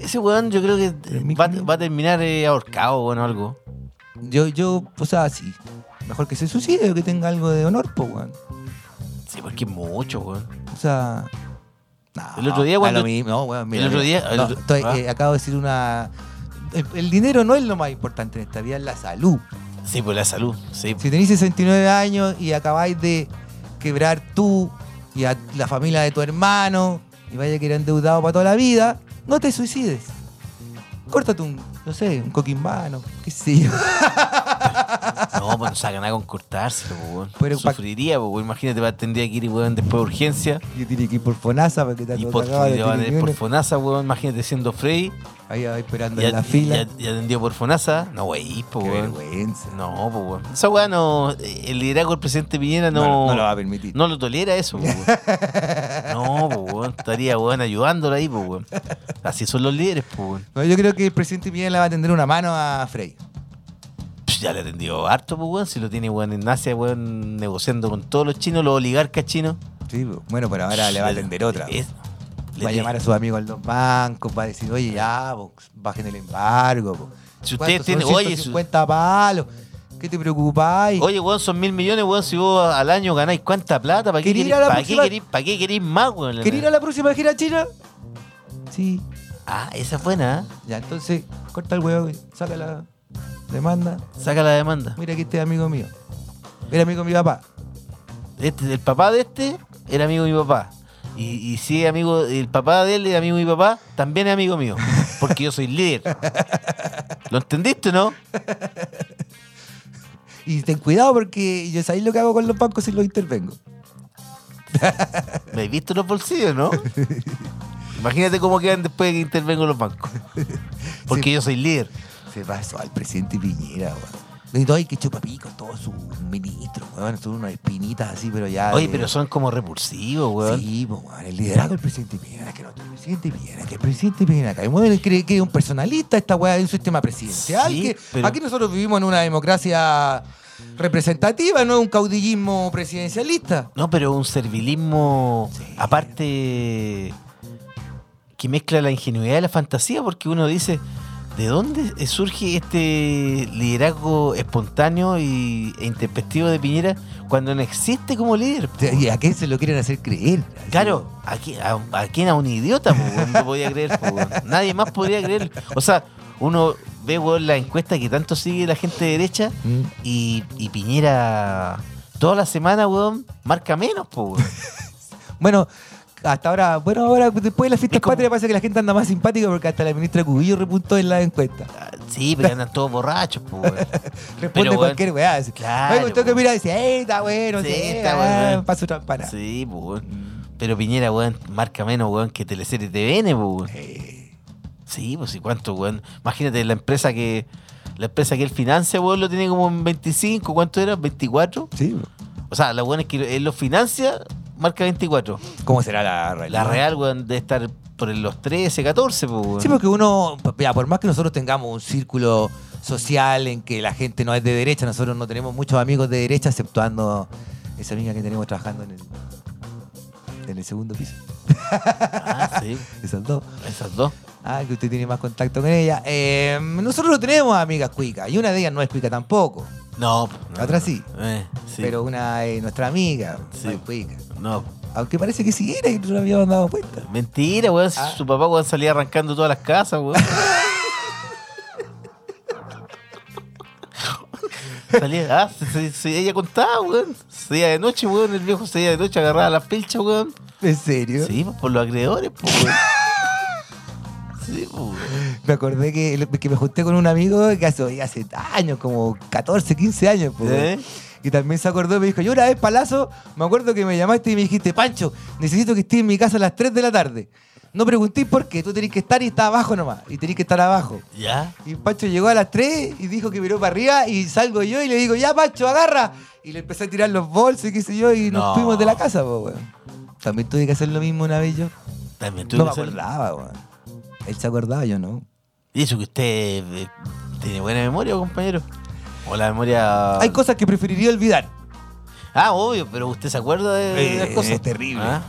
Ese weón yo creo que eh, va, va a terminar eh, ahorcado, weón, o algo.
Yo, yo, o sea, sí. Mejor que se suicide o que tenga algo de honor, po, weón.
Sí, porque es mucho, weón.
O sea. no,
El otro día
da
cuando-
lo mismo, no, weón, mira,
el otro
mira.
día- el
No,
otro-
estoy-
ah.
eh, acabo de decir una. El, el dinero no es lo más importante en esta vida, es la salud.
Sí, por la salud. Sí,
Si tenéis 69 años y acabáis de quebrar tú y a la familia de tu hermano y vaya que eres endeudado para toda la vida, no te suicides. Córtate un, no sé, un coquimbano, qué sé yo.
No, pues no saca nada con cortarse, weón.
Pero pa-
Sufriría, po, weón. Imagínate, va- tendría que ir, weón, después de urgencia.
Y tiene que ir por Fonasa porque te
Y
te
por,
acabas de
le van a
tener
ir por
uno.
Fonasa, weón. Imagínate siendo Frey.
Ahí va esperando
Ya,
en la fila.
ya, ya atendido por Fonasa. No, wey, po,
qué
weón.
vergüenza.
No, po, weón. Esa weá no. El liderazgo del presidente Piñera no.
No, no lo va a permitir.
no lo tolera eso, po, weón. No, po, weón. Estaría, weón, ayudándolo ahí, po, weón. Así son los líderes, po, weón.
No, yo creo que el presidente Piñera le va a tender una mano a Frey.
Psh, Ya le atendió harto, po, weón. Si lo tiene, weón, en Asia, weón, negociando con todos los chinos, los oligarcas chinos.
Sí, po. bueno, pero ahora le va a atender otra.
Es- le
va a
tiene-
llamar a sus amigos al los bancos, va a decir, oye, ya, po, bajen el embargo. po.
Si ustedes
¿Cuántos son?
tienen- oye, su-
150 palos. ¿Qué te preocupáis?
Oye, weón, son mil millones, weón. Si vos al año ganáis cuánta plata, ¿para qué
¿Querís
queréis
ir a la
para qué
próxima?
querís- para qué querís más, weón?
¿Querés ir a la próxima gira china? Sí.
Ah, esa es buena, ¿eh?
Ya, entonces, corta el huevo, güey. saca la demanda.
Saca la demanda.
Mira que este es amigo mío. Era amigo de mi papá.
Este, el papá de este era amigo de mi papá. Y, y si es amigo, el papá de él es amigo de mi papá, también es amigo mío. Porque yo soy líder. ¿Lo entendiste, no?
Y ten cuidado porque yo sabéis lo que hago con los bancos si los intervengo.
Me he visto los bolsillos, ¿no? Imagínate cómo quedan después de que intervengo los bancos. Porque
Sí.
yo soy líder.
Se pasó al presidente Piñera, weón. Y todo hay que chupapicos, todos sus ministros, weón. Son unas espinitas así, pero Ah, ya.
Oye,
de-
pero son como repulsivos, weón.
Sí, po, weón, el liderazgo del presidente Piñera, que no, el presidente Piñera, que el presidente Piñera, acá. Y mueven, cree que es un personalista esta weá de un sistema presidencial.
Sí,
que
pero-
Aquí nosotros vivimos en una democracia representativa, no es un caudillismo presidencialista.
No, pero un servilismo aparte que mezcla la ingenuidad y la fantasía, porque uno dice, ¿de dónde surge este liderazgo espontáneo y, e intempestivo de Piñera cuando no existe como líder?
O sea, ¿Y a qué se lo quieren hacer creer? Así,
Claro, ¿a quién? ¿A, a quién? ¿A un idiota? po, weón? no podía creer. po, weón. Nadie más podía creer. O sea, uno ve weón, la encuesta que tanto sigue la gente de derecha
Mm.
y, y Piñera toda la semana, weón, marca menos, po, weón.
Bueno, hasta ahora, bueno, ahora después de las fiestas
Es como-
patrias parece que la gente anda más simpática porque hasta la ministra Cubillo repuntó en la encuesta.
Ah, Sí, pero andan todos borrachos, po, weón.
Responde
weón,
cualquier weá. así.
Claro,
Oye, usted que
weón.
mira y dice, ¡eh, está bueno!
Sí,
Sí, ah,
está
está
bueno.
bueno. Para su campana.
Sí, po, weón. Pero Piñera, weón, marca menos, weón, que Teleserie TVN, po, weón. Sí, pues sí, cuánto, weón. Imagínate, la empresa que. La empresa que él financia, weón, lo tiene como en 25, ¿cuánto era? ¿24?
Sí.
O sea, la buena es que él lo financia, marca 24.
¿Cómo será la
La
realidad?
real, weón, debe estar por el- los 13, 14, pues, weón.
Sí, porque uno, ya, por más que nosotros tengamos un círculo social en que la gente no es de derecha, nosotros no tenemos muchos amigos de derecha, exceptuando esa amiga que tenemos trabajando en el, en el segundo piso.
Ah, sí,
Esas dos.
esas dos.
Ah, que usted tiene más contacto con ella. Eh, nosotros no tenemos amigas cuicas y una de ellas no es cuica tampoco,
No, po, no,
Atrás
no.
sí.
Eh, sí.
pero una es nuestra amiga,
Sí.
no es cuica.
No.
Aunque parece que sí era y no lo habíamos dado cuenta.
Mentira, weón.
Ah.
Su papá, weón, salía arrancando todas las casas, weón. salía, ah, se, se- se- ella contaba, weón. Salía de noche, weón. El viejo salía de noche, agarraba las pilchas, weón.
¿En serio?
Sí, pues, por los acreedores, pues, weón. Sí, pues, weón.
Me acordé que, que me junté con un amigo que hace, hace años, como 14, 15 años, po,
¿Eh?
Y también se acordó y me dijo, yo una vez, Palazo, me acuerdo que me llamaste y me dijiste, Pancho, necesito que estés en mi casa a las 3 de la tarde. No pregunté por qué, tú tenés que estar y está abajo nomás, y tenés que estar abajo.
Ya.
Y Pancho llegó a las 3 y dijo que miró para arriba y salgo yo y le digo, ya Pancho, agarra. Y le empecé a tirar los bolsos y qué sé yo y
No.
nos fuimos de la casa, po, weón. También tuve que hacer lo mismo una vez yo.
También tuve
No me
que hacer-
acordaba, weón. Él se acordaba, yo no.
Y eso que usted eh, tiene buena memoria, compañero. O la memoria.
Hay cosas que preferiría olvidar.
Ah, obvio, pero usted se acuerda de, de
Eh,
las cosas.
es terrible.
Ah,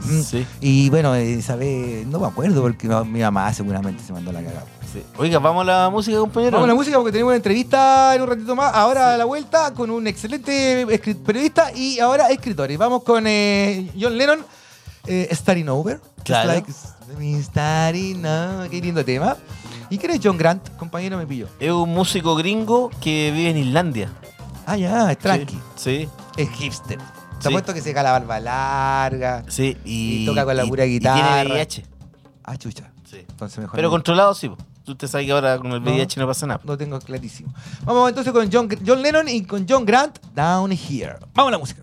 Mm.
Sí.
Y bueno, eh, sabe, no me acuerdo porque no- mi mamá seguramente se mandó la cagada.
Sí. Oiga, vamos a la música, compañero.
Vamos a la música porque tenemos una entrevista en un ratito más, ahora a la vuelta, con un excelente escri- periodista y ahora escritor. Y vamos con eh, John Lennon, eh, Starting Over. Just
Claro.
like me starting over. Qué lindo tema. ¿Y quién es John Grant? Compañero, me pilló.
Es un músico gringo que vive en Islandia.
Ah, ya, es tranqui.
Sí,
Es hipster.
Sí.
Se ha puesto que se cala barba larga.
sí. Y,
Y toca con la pura
y
guitarra.
tiene VIH.
Ah, chucha.
Sí.
Entonces mejor.
Pero
no.
controlado, sí. po. Tú te sabes que ahora con el
No.
VIH no, pasa nada.
Lo tengo clarísimo. Vamos entonces con John, John Lennon y con John Grant, Down Here. Vamos a la música.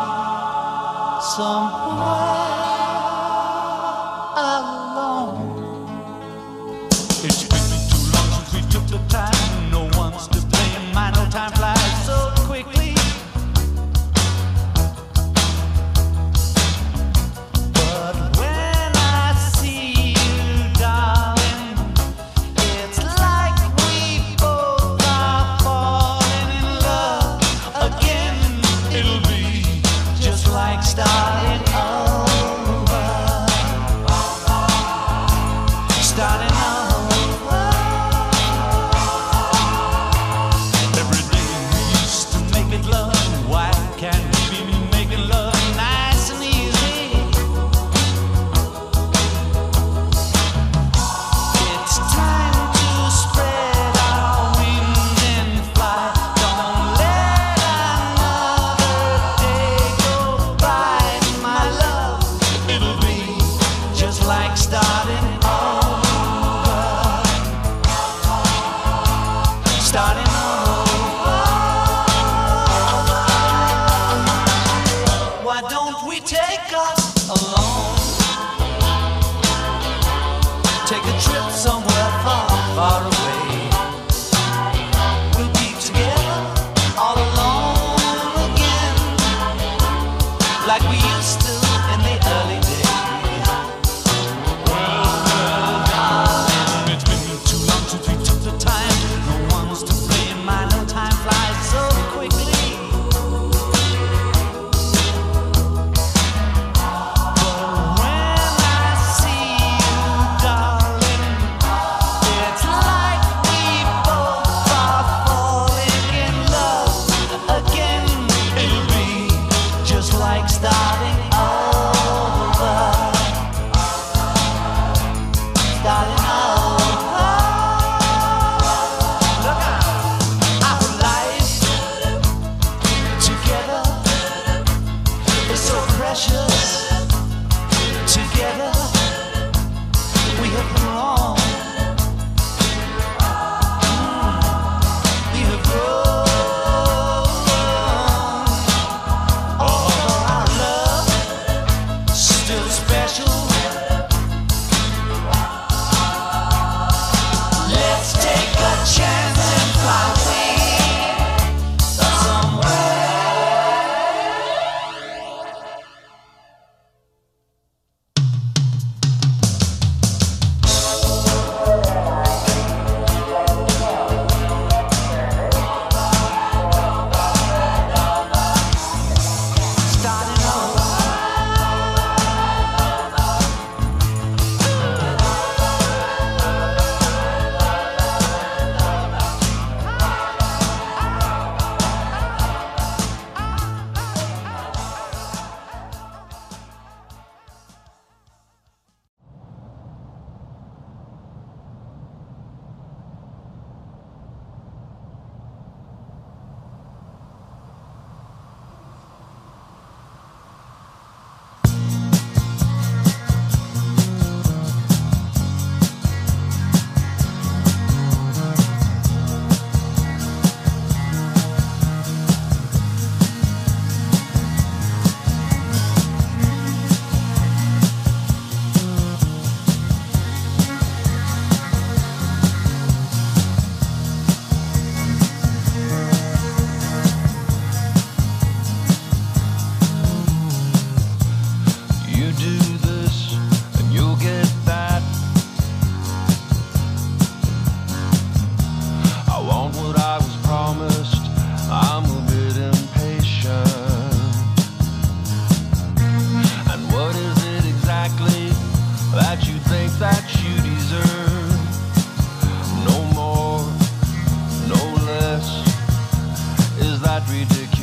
somewhere alone. It's been too long since we took the time. No one's to blame. I know time flies so quickly. But when I see you, darling, it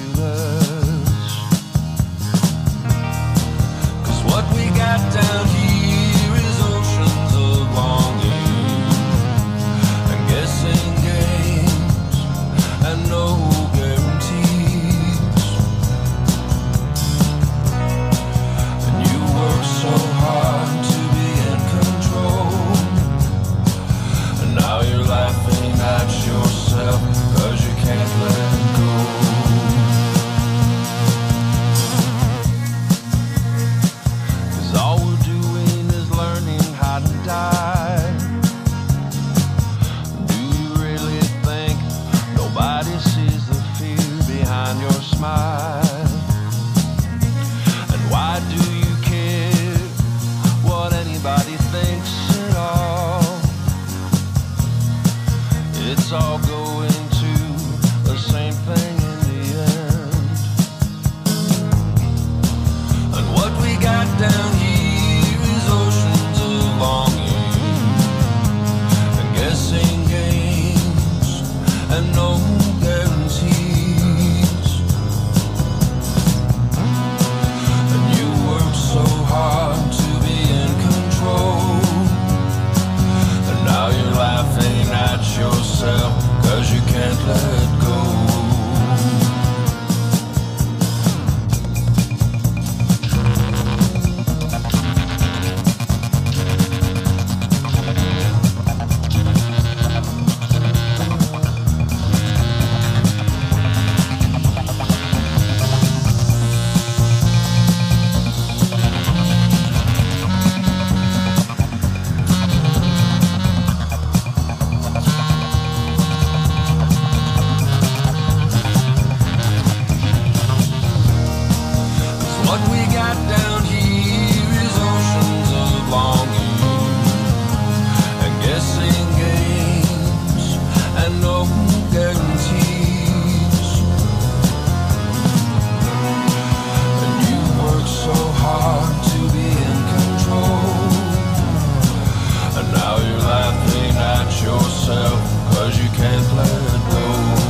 much. Cause what we got down here is oceans of longing and guessing games and no guarantees. And you work so hard to be in control. And now you're laughing at yourself cause you can't let go. Cause all we're doing is learning how to die. Do you really think nobody sees the fear behind your smile? And why do you care what anybody thinks at all? It's all going to the same thing in the end. And what we got down here is oceans of longing and guessing games and no guarantees. And you work so hard to be in control. And now you're laughing at yourself cause you can't let go. Cause what we got down here is oceans of longing and guessing games and no guarantees. And you work so hard to be in control. And now you're laughing at yourself cause you can't let go.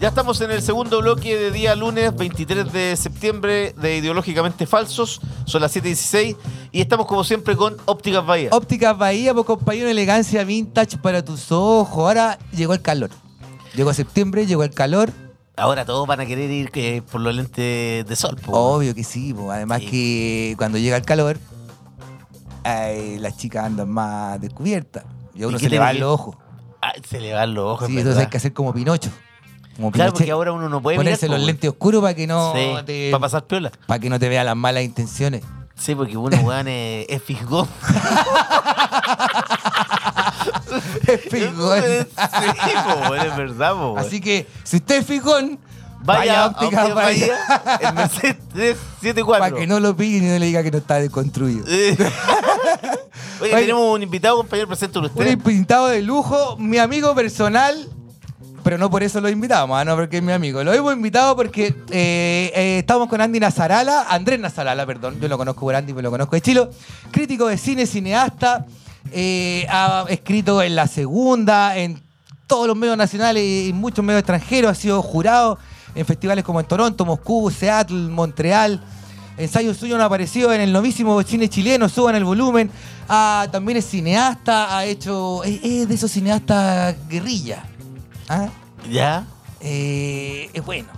Ya estamos en el segundo bloque de día lunes 23 de septiembre de Ideológicamente Falsos. Son las 7 y 16 y estamos como siempre con Ópticas Bahía.
Ópticas Bahía, pues compañero, elegancia vintage para tus ojos. Ahora llegó el calor. Llegó septiembre, llegó el calor.
Ahora todos van a querer ir eh, por los lentes de sol. po.
Obvio que sí, po. además
Sí.
que cuando llega el calor, ay, las chicas andan más descubiertas. Y a
¿Y
uno
qué
se le
tiene
va
que-
los ojos.
Ah, se le van los ojos.
Sí,
es
entonces
verdad.
hay que hacer como Pinocho. Como
Claro, porque
Pinochet.
ahora uno no puede
Ponerse
mirar,
los
po,
lentes oscuros para que no
Sí,
te,
para pasar piola.
para que no te vean las malas intenciones.
Sí, porque uno, weón, es, es fisgón.
Es fijón.
Sí, po, weón, es verdad, po, weón.
Así que si usted es fijón, vaya, a óptica
Ópticas
Bahía,
Bahía, en Mercedes 374.
para que no lo pille y no le diga que no está desconstruido.
Eh. Oye,
Oye.
tenemos un invitado, compañero, preséntalo
Un
usted.
invitado de lujo, mi amigo personal, pero no por eso lo invitamos, ah, no porque es mi amigo. Lo hemos invitado porque eh, eh, estamos con Andy Nazarala, Andrés Nazarala, perdón, yo lo conozco por Andy, pero lo conozco de Chilo, crítico de cine, cineasta, eh, ha escrito en La Segunda, en todos los medios nacionales y en muchos medios extranjeros, ha sido jurado en festivales como en Toronto, Moscú, Seattle, Montreal. Ensayos suyos han aparecido en el novísimo cine chileno, suban el volumen. Ah, también es cineasta, ha hecho. Es, es de esos cineastas guerrilla. ¿Ah?
¿Ya?
Eh, es bueno.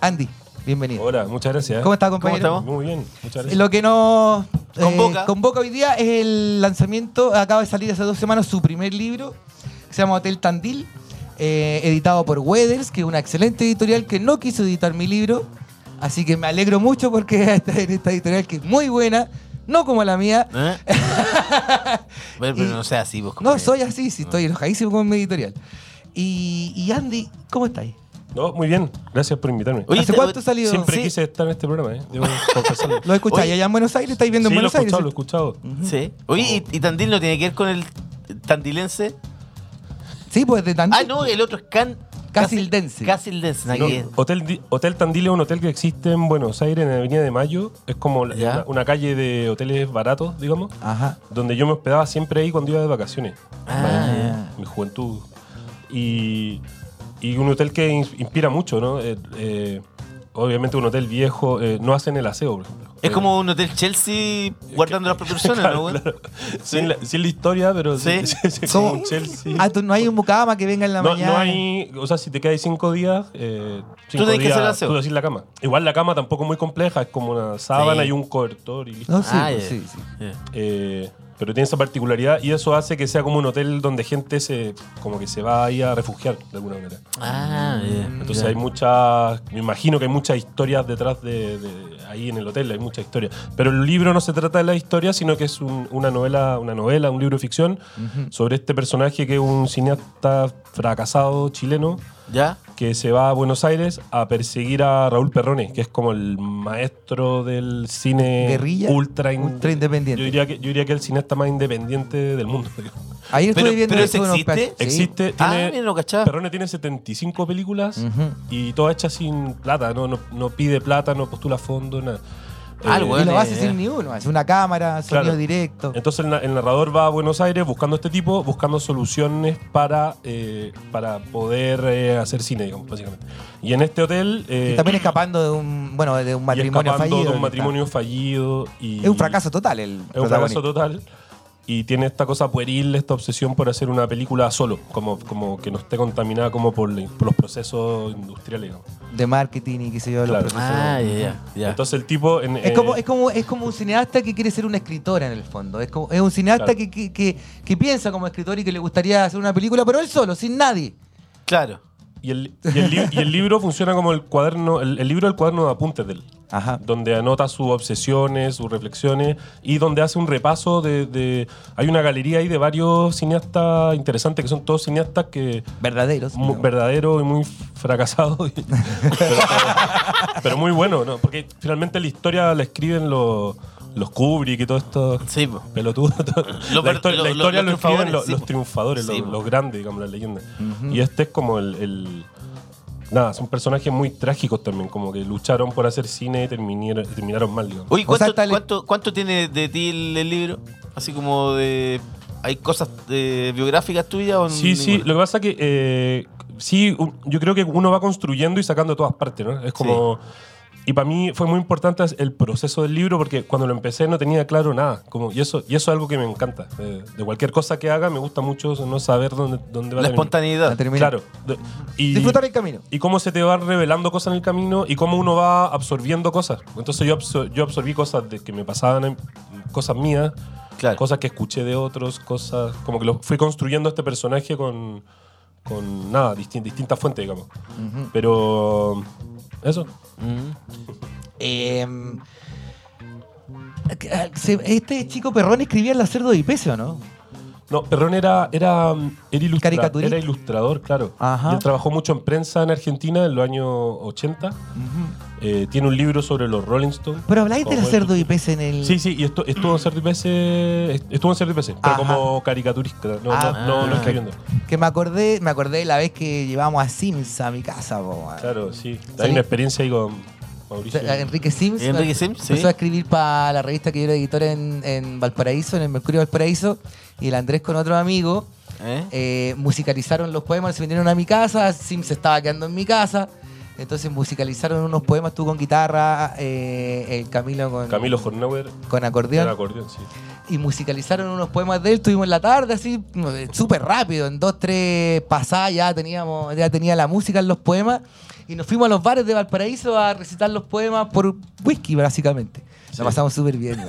Andy, bienvenido.
Hola, muchas gracias.
¿Cómo está, compañero?
¿Cómo
Muy bien, muchas gracias.
Lo que nos eh,
Convoca.
convoca hoy día es el lanzamiento, acaba de salir hace dos semanas su primer libro, que se llama Hotel Tandil, eh, editado por Weathers, que es una excelente editorial que no quiso editar mi libro, así que me alegro mucho porque está en esta editorial que es muy buena, no como la mía.
¿Eh? Bueno, pero
Y-
no sea así vos.
No,
compadre.
soy así, sí, estoy enojadísimo con mi editorial. Y, y Andy, ¿cómo estáis?
No, muy bien. Gracias por invitarme.
Oye,
¿Hace
te-
cuánto salió?
Siempre
sí.
quise estar en este programa, ¿eh? Debo confesarlo.
¿Lo escucháis
Oye.
allá en Buenos Aires? ¿Estáis viendo
sí,
en
lo he
Buenos Aires?
escuchado, lo he escuchado.
Sí. Oye, y, y Tandil no tiene que ver con el tandilense?
Sí, pues de tanto.
Ah, no, el otro es Can...
Casildense.
Casildense.
No,
aquí es.
Hotel, Di- Hotel Tandil es un hotel que existe en Buenos Aires, en la Avenida de Mayo. Es como la-
Ya.
una, una calle de hoteles baratos, digamos,
Ajá.
donde yo me hospedaba siempre ahí cuando iba de vacaciones.
Ah,
Mi juventud. Y, y un hotel que ins- inspira mucho, ¿no? Eh, eh, obviamente un hotel viejo, eh, no hacen el aseo, por ejemplo.
Es
Eh,
como un hotel Chelsea guardando las proporciones, Ah, ¿no, güey?
sin, la, sin la historia, pero
Sí.
es como un Chelsea.
Ah, tú- no hay un mucama que venga en la
No,
mañana.
no hay. O sea, si te quedas cinco días. Eh, cinco
tenés que
días,
hacer aseo.
Tú decís la cama. Igual la cama tampoco es muy compleja, es como una sábana
Sí.
y un cobertor y listo.
No, sí,
Ah,
pues,
ya.
sí, sí.
Yeah.
Eh, pero tiene esa particularidad y eso hace que sea como un hotel donde gente se. como que se va ahí a refugiar de alguna manera.
Ah, yeah.
Mm,
Entonces hay muchas. Me imagino que hay muchas historias detrás de. de- ahí en el hotel hay muchas historias. Pero el libro no se trata de la historia, sino que es un- una novela, una novela, un libro de ficción sobre este personaje que es un cineasta fracasado chileno
¿Ya?
que se va a Buenos Aires a perseguir a Raúl Perrone, que es como el maestro del cine
Guerrilla,
ultra, in-
ultra independiente.
Yo diría que yo diría que el cineasta más independiente del mundo. digo.
Ahí estuve
Pero-
viendo
pero
eso
¿ese
unos
existe?
pe- sí.
Existe,
Ah,
tiene
mira, no cachaba.
Perrone tiene 75 películas
Ujú.
y todas hechas sin plata, no, no, no pide plata, no postula fondos, nada.
Ah, el
Y
Bueno,
lo hace
eh.
sin ni uno, hace una cámara, sonido
Claro.
directo.
Entonces el, na- el narrador va a Buenos Aires buscando a este tipo, buscando soluciones para, eh, para poder eh, hacer cine, digamos, básicamente. Y en este hotel... eh,
Y también escapando de un, bueno, de un
y
matrimonio
escapando
fallido.
de un matrimonio fallido. Y
Es un fracaso total el
Es un
protagonista.
fracaso total. Y tiene esta cosa pueril, esta obsesión por hacer una película solo, como, como que no esté contaminada como por, la- por los procesos industriales. digamos.
de marketing y qué sé yo. los
Claro.
procesos.
Ah, ya, ya, ya.
Entonces el tipo... en-
Es
eh,
como, es, como, es como un cineasta que quiere ser una escritora en el fondo. Es, como, es un cineasta
Claro.
que, que, que- que piensa como escritor y que le gustaría hacer una película, pero él solo, sin nadie.
Claro.
y, el, y el li- y el libro funciona como el cuaderno, el, el libro del cuaderno de apuntes de él.
Ajá.
donde anota sus obsesiones, sus reflexiones y donde hace un repaso de, de- Hay una galería ahí de varios cineastas interesantes, que son todos cineastas que...
Verdaderos.
mu-
digamos.
verdaderos y muy fracasados, y- pero, pero muy bueno, ¿no? porque finalmente la historia la escriben los, los Kubrick y todo esto
Sí, po.
pelotudo. todo.
Lo-
la, histo-
lo-
la
lo-
historia
los
lo escriben
triunfadores,
los,
sí,
los
po.
triunfadores,
Sí,
los,
po.
los grandes, digamos, las leyendas. Y este es como el, el- Nada, son personajes muy trágicos también, como que lucharon por hacer cine y terminaron, terminaron mal, digamos.
Oye,
O
¿cuánto,
sea, está le-
cuánto- cuánto tiene de ti el, el libro? Así como de... ¿Hay cosas eh, biográficas tuyas o
Sí, sí,
ninguna?
lo que pasa que eh, sí, un- yo creo que uno va construyendo y sacando de todas partes, ¿no? Es como... Y para mí fue muy importante el proceso del libro porque cuando lo empecé no tenía claro nada. Como, y, eso, y eso es algo que me encanta. eh, de cualquier cosa que haga me gusta mucho no saber dónde, dónde va
La
Ah,
a terminar.
espontaneidad.
termina.
Claro. de- y,
Disfrutar el camino.
y cómo se te van revelando cosas en el camino y cómo uno va absorbiendo cosas. Entonces yo, absor- yo absorbí cosas de, que me pasaban, en- cosas mías,
Claro.
cosas que escuché de otros, cosas. Como que lo fui construyendo este personaje con. con nada, disti- distintas fuentes, digamos. Pero. Eso.
Eh, se- este chico Perrón escribía en la cerdo de Ipese, ¿o no?
No, Perrón era, era, mm, era, ilustra-
Caricaturista.
era ilustrador, claro.
Ajá.
Y él trabajó mucho en prensa en Argentina en los años 80. Eh, tiene un libro sobre los Rolling Stones.
Pero habláis de la
Como-
cerdo de Ipese en el.
Sí, sí, y estu- estuvo en Cerdo y Pese- est- estuvo en Cerdo y Pese, pero
Ajá.
como caricaturista, no, no-
Ah.
no, no escribiendo.
Que me acordé, me acordé la vez que llevamos a Sims a mi casa, po, man.
Claro, sí.
Sí.
Hay una experiencia ahí con Mauricio.
A Enrique Sims.
Enrique
a-
Sims, sí.
Empezó a escribir para la revista que yo era editor en, en Valparaíso, en el Mercurio Valparaíso, y el Andrés con otro amigo
¿Eh?
eh, musicalizaron los poemas, se vinieron a mi casa, Sims se estaba quedando en mi casa, entonces musicalizaron unos poemas tú con guitarra, eh, el Camilo con,
Camilo Hornauer.
con acordeón,
Era acordeón, sí.
y musicalizaron unos poemas de él, tuvimos la tarde así, eh, súper rápido, en dos, tres pasadas ya teníamos, ya tenía la música en los poemas, y nos fuimos a los bares de Valparaíso a recitar los poemas por whisky, básicamente. La pasamos súper bien.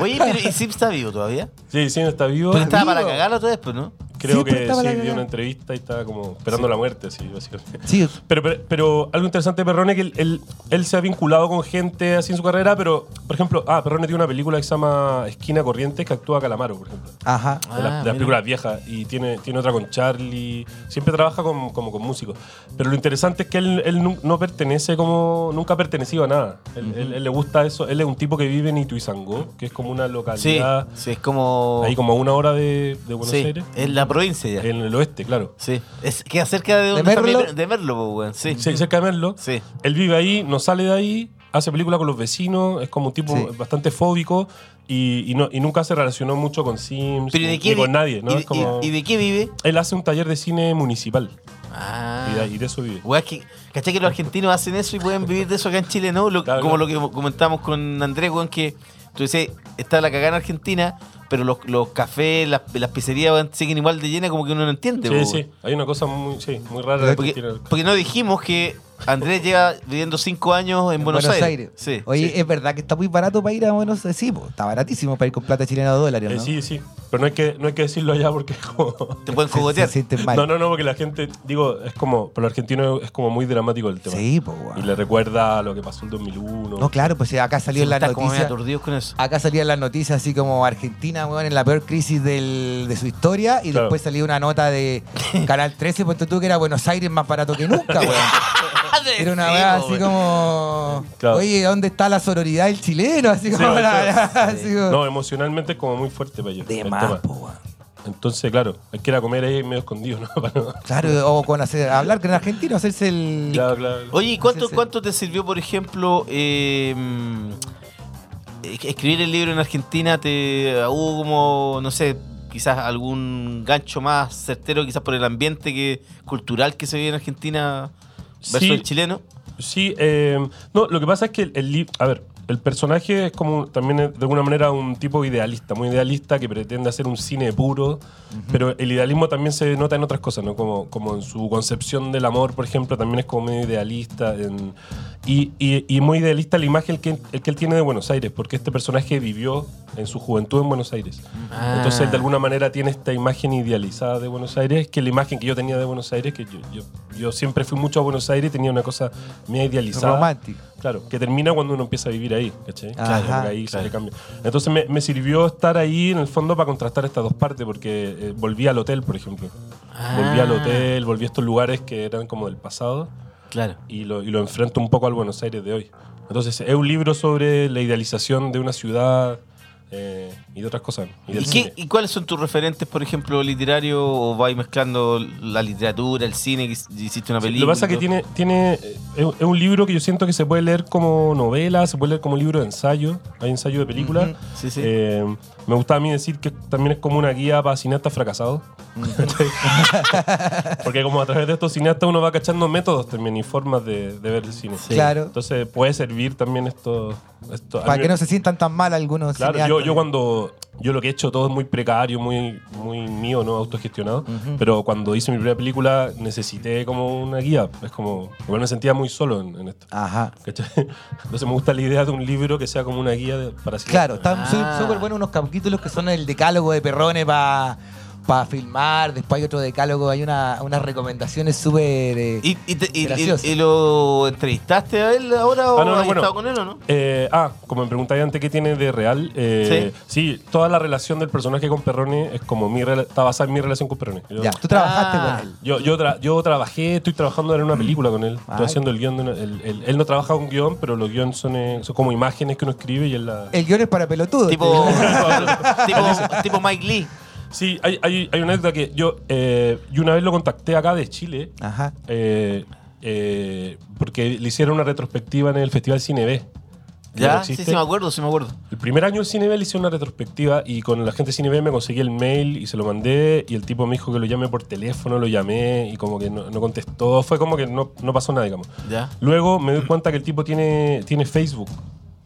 Oye, pero ¿y Sim está vivo todavía?
Sí, sí, está vivo.
Porque estaba
vivo.
para cagarlo otra vez, pues, ¿no?
creo
Siempre
que
estaba
sí,
la
dio
cagada.
una entrevista y estaba como esperando la muerte, así, básicamente.
Sí,
Pero, pero, pero algo interesante de Perrone es que él, él- él se ha vinculado con gente así en su carrera, pero, por ejemplo, ah, Perrone tiene una película que se llama Esquina Corriente que actúa Calamaro, por ejemplo.
ajá.
De, la- de
Ah,
las
mira.
películas viejas. Y tiene, tiene otra con Charlie. Siempre trabaja con, como con músicos. Pero lo interesante es que él, él nu- no pertenece como. Nunca ha pertenecido a nada. Él, él- él le gusta eso. Él es un tipo que vive en Ituizangó, que es como una
Sí,
localidad.
sí, es como.
Ahí como a una hora de, de Buenos
sí,
Aires.
en la provincia ya.
En el oeste, claro.
Sí, es que acerca de donde está
Merlo?
Mer- de Merlo, po, weón. Sí.
Sí, cerca de Merlo.
Sí.
Él vive ahí, no sale de ahí, hace películas con los vecinos, es como un tipo
Sí.
bastante fóbico y, y no, y nunca se relacionó mucho con Sims
Pero ¿y de
ni- ni
qué vi-
con nadie. ¿no?
y-
Es como-
y- y de qué vive?
Él hace un taller de cine municipal
Ah.
y, de, y de eso vive.
Weá, es que, ¿cachai que los argentinos hacen eso y pueden vivir de eso acá en Chile, no? Lo-
Claro,
como
claro.
lo que comentamos con Andrés, weón, que tú dices, está la cagada en Argentina, pero los, los cafés, las, las pizzerías weón, siguen igual de llenas como que uno no entiende,
Sí,
weón.
sí, hay una cosa muy, sí, muy rara. de Argentina.
Porque, porque no dijimos que Andrés lleva viviendo cinco años en, Buenos, Aires. Sí.
Oye, eh,
Sí.
es verdad que está muy barato para ir a Buenos Aires. Sí, po, está baratísimo para ir con plata chilena de dólares,
Eh,
¿no?
Sí, sí, pero no hay que, no hay que decirlo allá porque es como...
te pueden
Se- se,
cogotear.
sienten mal.
No, no, no, porque la gente, digo, es como, para los argentinos es como muy dramático el tema.
Sí, po, weón.
Y le recuerda lo que pasó en 2001.
No, claro, pues eh, acá salió en la
Estás como medio
noticia.
aturdidos con eso.
Acá salían las noticias así como Argentina, weón, en la peor crisis del- de su historia. Y
Claro.
después salió una nota de Canal 13, ponte tú que era Buenos Aires más barato que nunca, weón. Era una
Sí,
weá
po,
así
weón.
como.
Claro.
Oye, ¿dónde está la sororidad del chileno? Así como.
Sí,
la-
claro.
así como-
No, emocionalmente es como muy fuerte para ellos.
de
el
más,
tema.
po, weón.
Entonces, claro, hay que ir a comer ahí medio escondido, ¿no? Para no-
Claro, o con hacer, hablar con el argentino, hacerse el.
Claro,
Oh.
claro.
Oye, ¿y cuánto,
Sí, sí.
cuánto te sirvió, por ejemplo, eh, mm, es- escribir el libro en Argentina? ¿Te ah, hubo como, no sé, quizás algún gancho más certero, quizás por el ambiente que, cultural que se vive en Argentina versus
Sí.
el chileno?
Sí, eh, no, lo que pasa es que el, el li- a ver, el personaje es como un- también es, de alguna manera un tipo idealista, muy idealista que pretende hacer un cine puro, pero el idealismo también se nota en otras cosas, ¿no? Como, como en su concepción del amor, por ejemplo, también es como medio idealista en- y, y- y muy idealista la imagen que, el que él tiene de Buenos Aires, porque este personaje vivió en su juventud en Buenos Aires. Entonces él de alguna manera tiene esta imagen idealizada de Buenos Aires, que es la imagen que yo tenía de Buenos Aires, que yo, yo, yo siempre fui mucho a Buenos Aires y tenía una cosa media idealizada.
Romántico.
Claro, que termina cuando uno empieza a vivir ahí, ¿cachai?
Ajá,
Claro, porque ahí se le cambia. Entonces me, me sirvió estar ahí en el fondo para contrastar estas dos partes, porque eh, volví al hotel, por ejemplo. Volví al hotel, volví a estos lugares que eran como del pasado
Claro.
y lo, y lo enfrento un poco al Buenos Aires de hoy. Entonces, es un libro sobre la idealización de una ciudad eh, y de otras cosas. y del
¿Y,
cine.
qué- y cuáles son tus referentes, por ejemplo, literarios? ¿O vais mezclando la literatura, el cine, que his- hiciste una
Sí,
película?
Lo que pasa es que
y todo?
tiene, tiene, eh, es es un libro que yo siento que se puede leer como novela, se puede leer como libro de ensayo, hay ensayo de película.
Sí, sí.
Eh, me gusta a mí decir que también es como una guía para cineastas fracasados. Porque como a través de estos cineastas uno va cachando métodos también y formas de, de ver el cine.
Claro.
Entonces puede servir también esto. esto a
Para
mí-
que no se sientan tan mal algunos.
Claro, yo,
cineastas.
yo cuando. Yo lo que he hecho todo es muy precario, muy, muy mío, ¿no? Autogestionado. Pero cuando hice mi primera película necesité como una guía. Es como. Igual me sentía muy solo en, en esto.
Ajá.
¿cachai? Entonces me gusta la idea de un libro que sea como una guía de- para hacer-
Claro, están su-
Ah.
súper buenos unos capítulos que son el decálogo de perrones para filmar. Después hay otro decálogo, hay una, unas recomendaciones súper. eh,
¿Y, y te- y- y-
Gracioso.
y lo entrevistaste a él ahora o
Ah, no, no,
has
bueno.
estado con él o no?
Eh, ah, como me preguntáis antes qué tiene de real. eh, sí. toda la relación del personaje con Perrone es como mi rela- está basada en mi relación con Perrone. Yo-
Ya, tú trabajaste
Ah.
con él.
Yo, yo, tra- yo trabajé, estoy trabajando ahora en una película con él.
Ay.
Estoy haciendo el guión. de una- el- el- él no trabaja con guión, pero los guiones son, eh, son como imágenes que uno escribe y él la.
El guión es para pelotudos.
Tipo, tipo, tipo Mike Lee.
Sí, hay, hay, hay una anécdota que yo, eh, yo una vez lo contacté acá de Chile
Ajá.
eh, eh, porque le hicieron una retrospectiva en el Festival Cine B. que no
¿Ya? Sí,
existe.
sí, me acuerdo, sí me acuerdo.
El primer año de Cinebel hice una retrospectiva y con la gente de Cinebel me conseguí el mail y se lo mandé y el tipo me dijo que lo llame por teléfono, lo llamé y como que no, no contestó, fue como que no, no pasó nada, digamos.
Ya.
Luego me doy cuenta que el tipo tiene, tiene Facebook.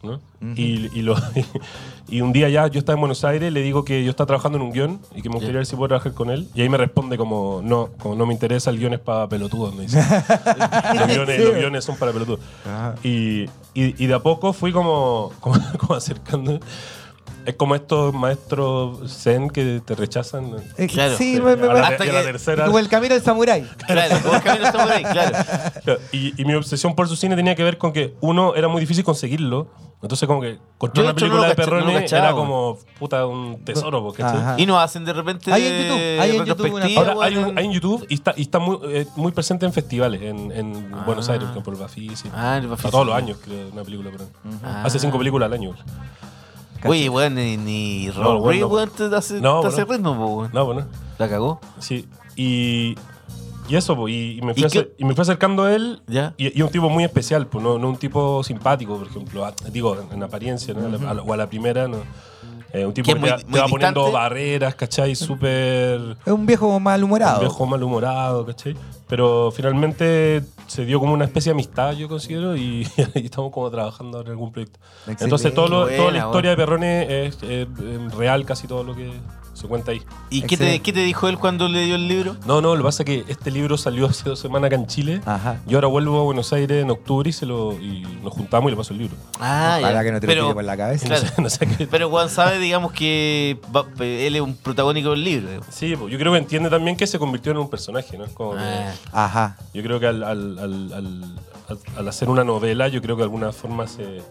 ¿no? y, y lo- y un día ya yo estaba en Buenos Aires, le digo que yo estaba trabajando en un guión y que me gustaría ver si puedo trabajar con él. Y ahí me responde como, no, como no me interesa, el guión es para pelotudos, me dice. los, guiones, los guiones son para pelotudos. Y, y- y de a poco fui como, como, como acercando. Es como estos maestros zen que te rechazan.
Eh,
Claro.
sí,
Sí,
me- me-
a la-
me-
y a la tercera.
Como el camino del samurái.
Claro, como el camino está por ahí, claro.
Y, y mi obsesión por su cine tenía que ver con que, uno, era muy difícil conseguirlo. Entonces, como que
Yo,
encontrar una
de hecho, no
película
lo
de
cacha- no lo
Perrone
cachaba,
era
weón.
como, puta, un tesoro, po, ¿cachai?
Ajá.
Y nos hacen de repente.
Hay en YouTube, hay en YouTube una-
retrospectiva,
Ahora hay,
weón.
un- hay en YouTube y está, y está muy, eh, muy presente en festivales, en, en Buenos Aires, por ejemplo, el Bafisi.
Ah, el Bafisi.
A todos los años, creo, una película. Pero,
Ah.
Hace cinco películas al año.
Oye, weón, ni, ni
No,
Rob
weón,
Reed,
no.
weón, te hace,
No,
te hace
weón.
ritmo, po, weón.
No, bueno.
La cagó.
Sí. Y, y eso, po, y, y me fui
¿Y
acer-
qué-
y me fui acercando a él.
Ya.
Y, y un tipo muy especial, pues, no, no un tipo simpático, por ejemplo. a- digo, en, en apariencia, ¿no? A la- a la- o a la primera, ¿no? Eh, un tipo
Que
que,
es muy-
te, va-
muy
te va poniendo
distante.
barreras, ¿cachai? Súper.
Es un viejo malhumorado.
Un viejo malhumorado, ¿cachai? Pero finalmente se dio como una especie de amistad, yo considero, y, y estamos como trabajando ahora en algún proyecto.
Excelente.
Entonces, todo lo-
Qué
toda la
buena,
historia de Perrone es eh, eh, real, casi todo lo que se cuenta ahí.
¿Y qué te,
Excelente.
qué te dijo él cuando le dio el libro?
No, no, lo que pasa es que este libro salió hace dos semanas acá en Chile.
Ajá.
Yo ahora vuelvo a Buenos Aires en octubre y, se lo, y nos juntamos y le paso el libro.
Ah,
Ojalá
ya.
que no te lo
Pero-
tire por la cabeza.
Claro.
No sé qué-
Pero Juan sabe, digamos, que va- él es un protagónico del libro.
Sí, pues, yo creo que entiende también que se convirtió en un personaje, ¿no? Es como que-
Ah.
Ajá.
Yo creo que al, al- al- al- al- al hacer una novela, yo creo que de alguna forma se,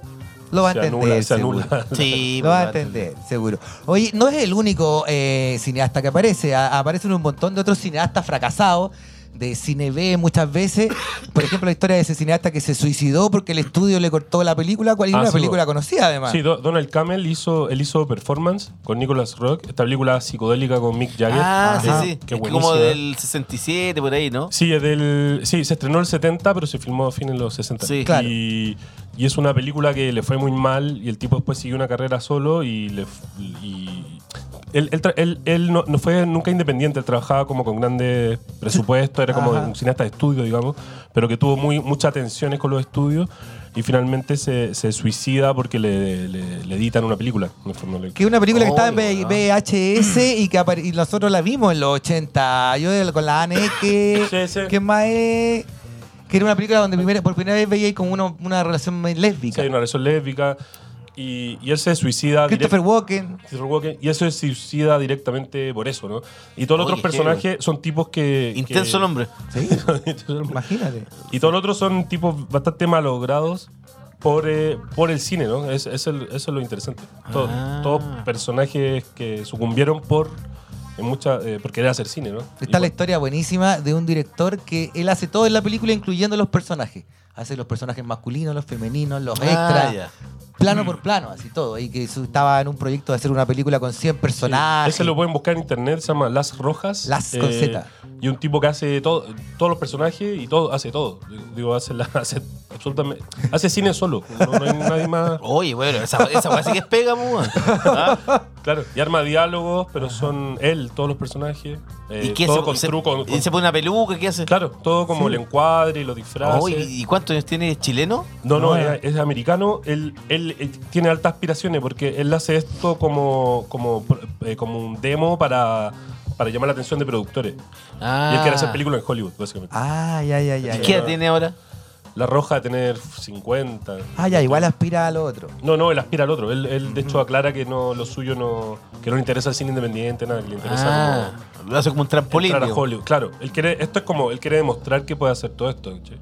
Lo va a
se
entender.
anula. Se
seguro.
anula.
Sí,
Lo va a
pues, weón.
entender, seguro. Oye, no es el único eh, cineasta que aparece. A- aparecen un montón de otros cineastas fracasados, de cine B muchas veces. Por ejemplo, la historia de ese cineasta que se suicidó porque el estudio le cortó la película, cual era
Ah,
una
sí,
película
bueno.
conocida además.
Sí, Do- Donald Campbell hizo, él hizo performance con Nicholas Rock, esta película psicodélica con Mick Jagger.
Ah, sí,
Ajá.
sí.
Qué
es que
buenísima.
como del 67, por ahí, ¿no?
Sí, es del, sí, se estrenó en el 70, pero se filmó a fines de los 60.
Sí.
Claro.
Y, y es una película que le fue muy mal y el tipo después siguió una carrera solo y... le f- y- él, él tra- él- él no, no fue nunca independiente, él trabajaba como con grandes presupuestos, era como
Ajá.
un cineasta de estudio, digamos, pero que tuvo muy, muchas tensiones con los estudios y finalmente se, se suicida porque le, le- le editan una película. en el fondo. Le-
Que es una película que
Oh,
estaba en V-
¿verdad?
VHS y que apare- y nosotros la vimos en los 80. Yo el- con la Anne que,
Sí, sí.
que más es- que era una película donde primera- por primera vez veía ahí como uno- una relación
Sí,
lésbica.
hay una relación lésbica y, y él se suicida.
Christopher
direct-
Walken.
Christopher Walken, y eso se suicida directamente por eso, ¿no? Y todos los
Oye,
otros personajes son tipos que.
Intenso
que-
el hombre.
Sí,
Intenso el hombre.
imagínate.
y todos los otros son tipos bastante malogrados por, eh, por el cine, ¿no? Es, es el- eso es lo interesante. Todo-
Ah.
Todos personajes que sucumbieron por. En mucha, eh, por querer hacer cine, ¿no?
Está la
Y por-
historia buenísima de un director que él hace todo en la película, incluyendo los personajes. Hace los personajes masculinos, los femeninos, los extras,
Ah, ya.
plano por plano, así todo. Y que su- estaba en un proyecto de hacer una película con 100 personajes.
Ese lo pueden buscar en internet, se llama Las Rojas. Eh,
Las con Z.
Y un tipo que hace todo, todos los personajes y todo, hace todo. Digo, hace, la- hace absolutamente. Hace cine solo. No, no hay nadie más.
Oye, bueno, esa esa weá sí que es pega, po, weón. ¿Ah?
Claro. Y arma diálogos, pero son él, todos los personajes. Eh,
¿Y qué
todo
se,
con
se-
truco. con-
¿Se pone una peluca? ¿Qué hace?
claro, todo como el encuadre y los disfraces.
Oye, ¿Y cuántos años tiene? ¿Chileno?
No, no,
No,
es, es americano. Él, él, eh, tiene altas aspiraciones porque él hace esto como, como, eh, como un demo para, para llamar la atención de productores.
Ah.
Y él quiere hacer películas en Hollywood, básicamente.
Ah, ya, ya, ya.
¿Y
ya.
qué edad tiene ahora?
La Roja de tener 50.
Ah, ya, igual aspira al otro.
No, no, él aspira al otro. Él, él, de hecho aclara que no lo suyo no que no le interesa el cine independiente, nada, que le interesa
Ah, lo hace como un
como
trampolín.
entrar a
digamos.
Hollywood. Claro, él quiere esto es como él quiere demostrar que puede hacer todo esto, che.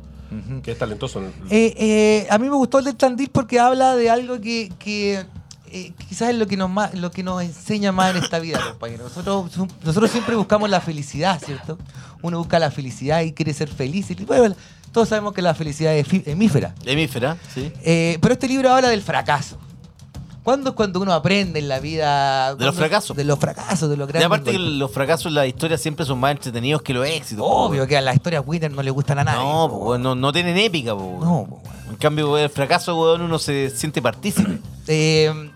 que es talentoso.
Eh, eh, a mí me gustó el del Tandil porque habla de algo que, que, eh, quizás es lo que, nos más, lo que nos enseña más en esta vida, compañero. Nosotros, su- nosotros siempre buscamos la felicidad, ¿cierto? Uno busca la felicidad y quiere ser feliz. Y bueno, todos sabemos que la felicidad es fi- hemífera.
Hemífera, sí.
Eh, pero este libro habla del fracaso. ¿Cuándo es cuando uno aprende en la vida?
De los
¿Cuándo-
fracasos.
De los fracasos, de los
Y
grandes.
aparte que
golpes?
los fracasos en la historia siempre son más entretenidos que los éxitos. po,
Obvio que a las historias winner no le gustan a nadie.
No,
po,
po, weón, no, no tienen épica, po, weón.
No, po, weón.
En cambio, el fracaso, weón, uno se siente partícipe.
Eh,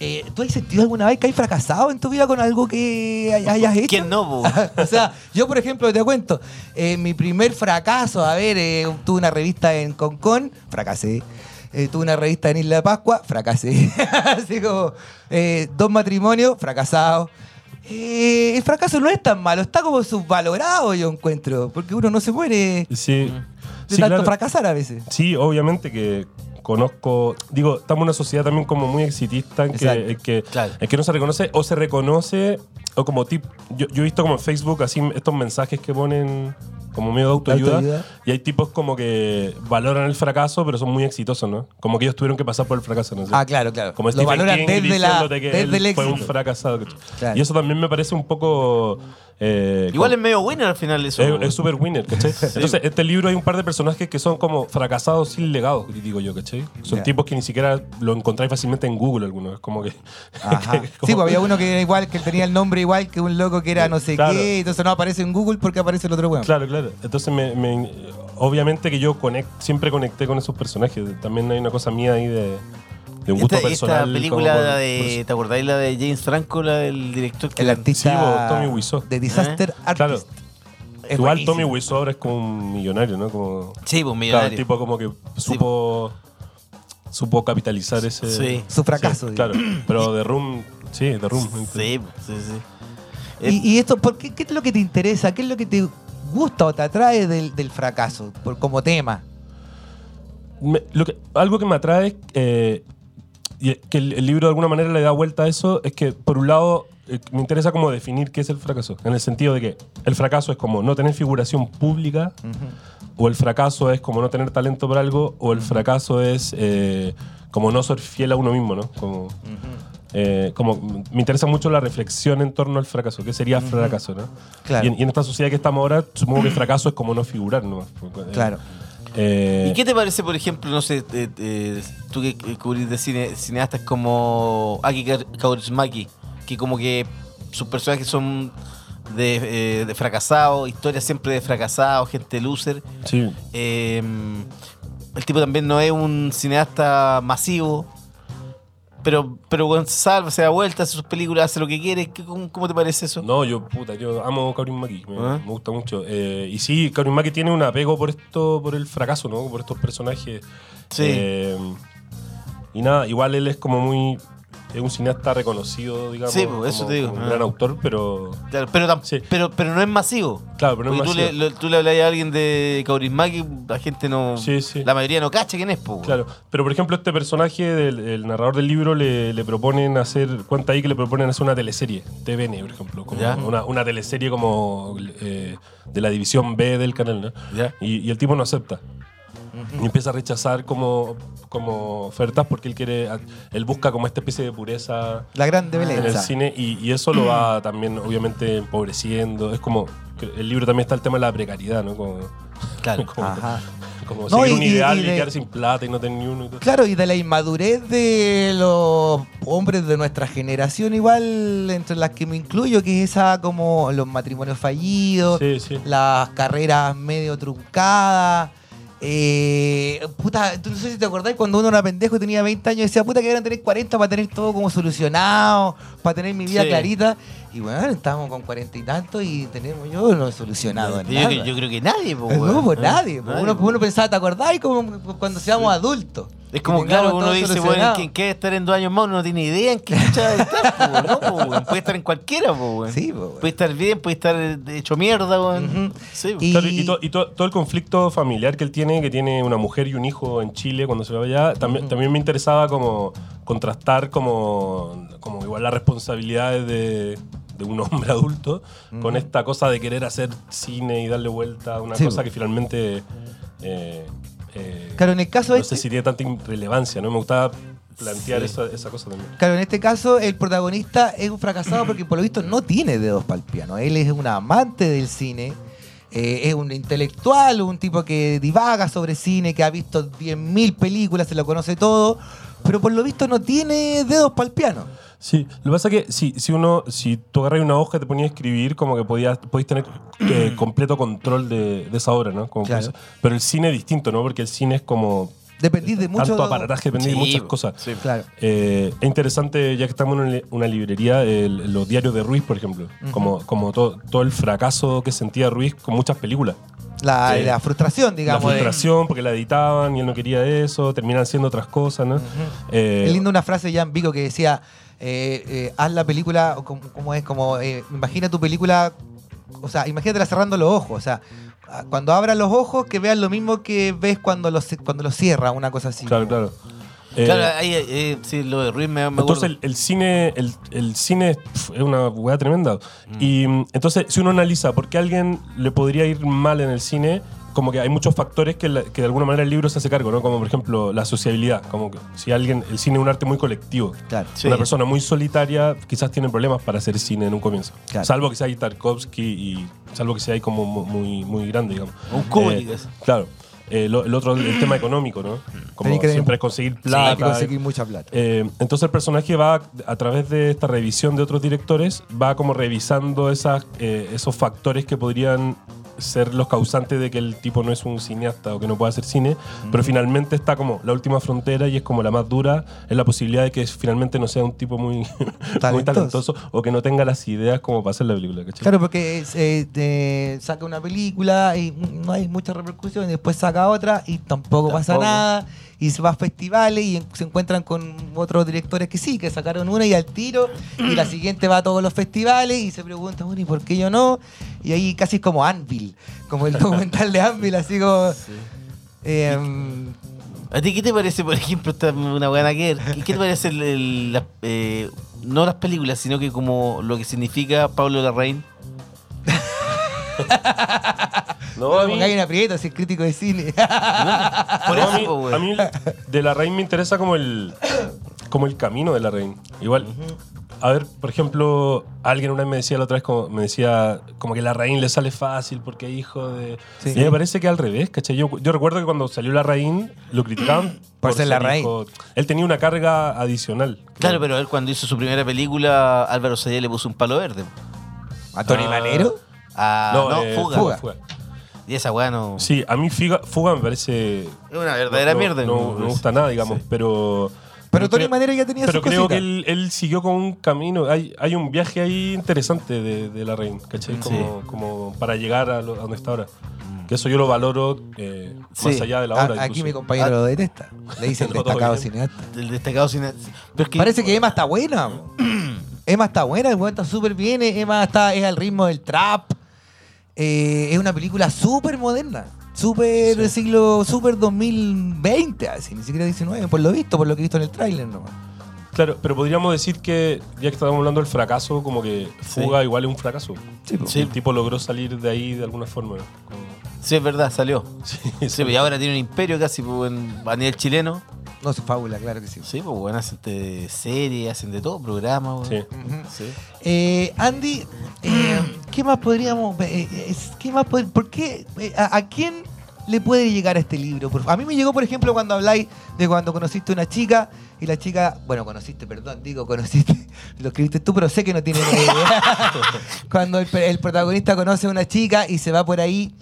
eh, ¿Tú has sentido alguna vez que hay fracasado en tu vida con algo que hay- hayas hecho?
¿Quién no, po, weón?
o sea, yo por ejemplo te cuento, eh, mi primer fracaso, a ver, eh, tuve una revista en Concon, fracasé. Eh, tuve una revista en Isla de Pascua, fracasé. Así como, eh, dos matrimonios, fracasados. Eh, el fracaso no es tan malo, está como subvalorado, yo encuentro, porque uno no se muere de
Sí.
tanto fracasar a veces.
Sí, obviamente que conozco, digo, estamos en una sociedad también como muy exitista en que,
Exacto.
en que,
Claro.
en que no se reconoce o se reconoce o como tip, yo, yo he visto como en Facebook así estos mensajes que ponen como medio de autoayuda,
Autoayuda.
y hay tipos como que valoran el fracaso pero son muy exitosos, ¿no? Como que ellos tuvieron que pasar por el fracaso, ¿no?
Ah, claro, claro.
Como
lo
Stephen
valoran
King
desde, la,
diciéndote que
desde
él
el éxito.
fue un fracasado. ¿cachai?
Claro.
Y eso también me parece un poco... eh,
Igual
como-
es medio winner al final eso.
es-
weón.
es súper winner, ¿cachai? Entonces, este libro hay un par de personajes que son como fracasados sin legado, digo yo, ¿cachai? Son
Ya.
tipos que ni siquiera lo encontráis fácilmente en Google algunos. Es como que.
Ajá.
que-
Sí,
como-
pues había uno que era igual, que tenía el nombre igual que un loco que era no sé
Claro.
qué, entonces no aparece en Google porque aparece el otro weón.
Claro, claro. Entonces, me- me- obviamente que yo conect- siempre conecté con esos personajes. También hay una cosa mía ahí de, de un gusto
Esta, esta
personal.
película
como por-
de. ¿Te acordáis la de James Franco, la del director? que-
El artista
Sí, pues, Tommy Wiseau.
de Disaster
por-
Artist.
Claro.
Es
Igual
buenísimo.
Tommy Wiseau ahora es como un millonario, ¿no? Como.
Sí, pues
Claro, el
millonario.
tipo como que supo supo capitalizar ese
Sí.
Su fracaso,
Sí,
digamos.
claro, pero The Room, sí, The Room.
Sí, pues, sí, sí. Eh,
Y, y esto, ¿por qué, ¿qué es lo que te interesa? ¿Qué es lo que te gusta o te atrae del, del fracaso por, como tema?
Me- lo que- algo que me atrae es eh, y es que el, el libro de alguna manera le da vuelta a eso, es que por un lado eh, me interesa como definir qué es el fracaso, en el sentido de que el fracaso es como no tener figuración pública, o el fracaso es como no tener talento para algo, o el fracaso es eh, como no ser fiel a uno mismo, ¿no? Como, eh, como m- me interesa mucho la reflexión en torno al fracaso, qué sería fracaso, ¿no?
Claro.
Y, en, y en esta sociedad que estamos ahora, supongo que fracaso es como no figurar, ¿no?
Claro.
Eh,
¿Y qué te parece, por ejemplo, no sé, eh, eh, tú que que cubrís de cine- cineastas como Aki Ka- Kaurismäki, que como que sus personajes son de, eh, de fracasados, historias siempre de fracasados, gente loser.
sí.
Eh, el tipo también no es un cineasta masivo, pero, pero bueno, se salva, se da vuelta, hace sus películas, hace lo que quiere. ¿Qué- ¿Cómo, cómo te parece eso?
No, yo, puta, yo amo Kaorin Maki, me,
¿Ah?
me gusta mucho. Eh, y sí, Kaorin Maki tiene un apego por esto, por el fracaso, ¿no? Por estos personajes.
Sí.
Eh, y nada, igual él es como muy. Es un cineasta reconocido, digamos.
Sí, pues, eso
como-
te digo.
como Un
Ah.
gran autor, pero.
Claro, pero, tam-
Sí.
pero, pero no es masivo.
Claro, pero no es
Porque tú,
masivo.
Le, lo- tú le hablas a alguien de Kaurismaki, la gente no.
Sí, sí.
La mayoría no cacha quién es, po. weón.
Claro, pero por ejemplo, este personaje del el narrador del libro le, le proponen hacer, cuenta ahí que le proponen hacer una teleserie, TVN, por ejemplo, como
Ya.
una, una teleserie como eh, de la división B del canal, ¿no?
Ya.
Y, y el tipo no acepta. Y empieza a rechazar como, como ofertas porque él quiere, él busca como esta especie de pureza
La grande
en el
belleza.
cine y, y eso lo va también obviamente empobreciendo. Es como, que el libro también está el tema de la precariedad, ¿no? Como,
Claro.
como,
Ajá. No,
como seguir
y-
un
y- y
ideal y,
de-
quedar sin plata y no tener ni uno. y todo.
Claro, y de la inmadurez de los hombres de nuestra generación, igual entre las que me incluyo, que es esa como los matrimonios fallidos,
Sí, sí.
las carreras medio truncadas. eh, puta, tú no sé si te acordás cuando uno era pendejo y tenía 20 años y decía, puta, que eran tener 40 para tener todo como solucionado, para tener mi vida
Sí.
clarita. Y bueno, estábamos con 40 y tantos y tenemos yo no he solucionado
Yo,
nada.
creo- yo creo que nadie, po.
No,
weón.
pues
¿Eh?
nadie. pues, uno,
po.
uno pensaba, ¿te acordás? Y Como cuando seamos adultos.
Es como,
Que
claro,
tengamos
uno
todo
dice, bueno,
solucionado.
¿en qué estar en dos años más? Uno no tiene idea en qué chucha estar, po, weón. No, po, weón. Puede estar en cualquiera, po, weón.
Sí, po, weón.
Puede estar bien, puede estar eh, hecho mierda, weón.
Ujú.
Sí, po.
Y-
Claro, y, to- y to- todo el conflicto familiar que él tiene, que tiene una mujer y un hijo en Chile cuando se va allá, también, también me interesaba como contrastar como, como igual las responsabilidades de, de un hombre adulto con esta cosa de querer hacer cine y darle vuelta a una
Sí,
cosa
po.
que finalmente... eh, eh,
Claro, en el caso
no
este-
sé si tiene tanta relevancia, ¿no? Me gustaba plantear esa, esa cosa también.
Claro, en este caso el protagonista es un fracasado porque por lo visto no tiene dedos para el piano. Él es un amante del cine, eh, es un intelectual, un tipo que divaga sobre cine, que ha visto 10.000 películas, se lo conoce todo, pero por lo visto no tiene dedos para el piano.
Sí, lo que pasa es que si, si uno, si tú agarras una hoja y te ponías a escribir, como que podías, podías tener eh, completo control de, de esa obra, ¿no? Como
Claro.
por eso. Pero el cine es distinto, ¿no? Porque el cine es como
Dependís de mucho...
tanto aparataje, depende
Sí,
de muchas
po.
cosas.
Sí, po.
Claro.
Eh, es interesante, ya que estamos en una li- una librería, el- los diarios de Ruiz, por ejemplo. Como, como to- todo el fracaso que sentía Ruiz con muchas películas.
La,
Sí.
la frustración, digamos. eh,
la
de-
frustración, porque la editaban y él no quería eso, terminan siendo otras cosas, ¿no? Eh,
Es linda una frase de Jan Vico que decía, eh, eh, haz la película, o como, como es, como, eh, imagina tu película, o sea, imagínatela cerrando los ojos, o sea, ah, cuando abra los ojos, que vean lo mismo que ves cuando los, cuando los cierra, una cosa así.
Claro, claro. Eh,
Claro, ahí, eh, sí, lo de Ruiz me, me acuerdo.
Entonces el, el cine, el, el cine pf, es una weá tremenda. Y mm, entonces, si uno analiza por qué a alguien le podría ir mal en el cine, como que hay muchos factores que, la- que de alguna manera el libro se hace cargo, ¿no? Como por ejemplo la sociabilidad. Como que si alguien, el cine es un arte muy colectivo.
Claro.
Sí.
Una persona muy solitaria quizás tiene problemas para hacer cine en un comienzo.
Claro.
Salvo que sea ahí Tarkovsky y salvo que sea ahí como mu- muy, muy grande, digamos.
Un Kubrick,
Eh,
eso.
Claro. Eh, lo- el otro, el tema económico, ¿no?
Mm.
Como
Tenés que-
siempre es conseguir plata.
Hay que conseguir mucha plata.
Eh, entonces el personaje va, a través de esta revisión de otros directores, va como revisando esas, eh, esos factores que podrían ser los causantes de que el tipo no es un cineasta o que no puede hacer cine, pero finalmente está como la última frontera y es como la más dura, es la posibilidad de que finalmente no sea un tipo muy talentoso, muy
Talentoso.
talentoso o que no tenga las ideas como para hacer la película. ¿cachai?
Claro, porque es, eh, te saca una película y no hay mucha repercusión, y después saca otra y tampoco, pasa
Tampoco.
nada, y se va a festivales y en- se encuentran con otros directores que sí, que sacaron una y al tiro, y la siguiente va a todos los festivales y se pregunta, bueno, ¿y por qué yo no? Y ahí casi es como Anvil, como el documental de Anvil, así como... em,
¿A ti qué te parece, por ejemplo, esta una buena que ¿Qué te parece el- el- la- eh, no las películas, sino que como lo que significa Pablo Larraín?
No, a mí-
como que hay un aprieto, así, crítico de cine.
Por
No,
eso,
a mí,
po, güey.
a mí la- de la reina me interesa como el como el camino de la reina. Igual. A ver, por ejemplo, alguien una vez me decía la otra vez como me decía como que la reina le sale fácil porque es hijo de
Sí.
Y me parece que al revés, ¿cachai? Yo, yo recuerdo que cuando salió la reina lo criticaban
Por ser la Rain.
hijo- Él tenía una carga adicional.
Claro, pero él cuando hizo su primera película, Álvaro Sayé le puso un palo verde.
¿A Tony
Ah.
Manero?
Ah, no,
No, eh,
fuga.
Fuga.
Y esa weá no.
Sí, a mí Figa- Fuga me parece
Es una verdadera
no,
mierda.
No, no me gusta nada, digamos, pero.
Pero Tony Manero ya tenía
Pero
sus
creo
cositas.
que él, él siguió con un camino. Hay, hay un viaje ahí interesante de, de la reina,
Mm,
¿cachai? Como, como para llegar a, lo- a donde está ahora. Que eso yo lo valoro eh, más
Sí.
allá de la
Ah,
hora.
aquí
incluso.
mi compañero lo detesta. Le dice el
No, está
destacado
bien.
cineasta.
El destacado cine. Pero es que,
Parece que Emma está buena. mo. Emma está buena, el weón está súper bien. Emma está, es al ritmo del trap. Eh, es una película súper moderna. Súper siglo, súper 2020, así, ni siquiera 19, por lo visto, por lo que he visto en el tráiler nomás.
Claro, pero podríamos decir que, ya que estamos hablando del fracaso, como que fuga igual es un fracaso.
Sí.
El tipo logró salir de ahí de alguna forma. Como-
Sí, es verdad, salió.
Sí,
Sí, y ahora tiene un imperio casi pues, en- a nivel chileno.
No, es fábula, claro que sí.
Sí, pues bueno, hacen de series, hacen de todo, programas.
sí.
weón. Sí.
Eh, Andy, eh, ¿qué más podríamos.? eh, es- ¿Qué más pod- ¿Por qué? eh, a, a quién le puede llegar este libro? Por fa- a mí me llegó, por ejemplo, cuando habláis de cuando conociste una chica y la chica. Bueno, conociste, perdón, digo, conociste. Lo escribiste tú, pero sé que no tiene ni idea. cuando el, pe- el protagonista conoce a una chica y se va por ahí.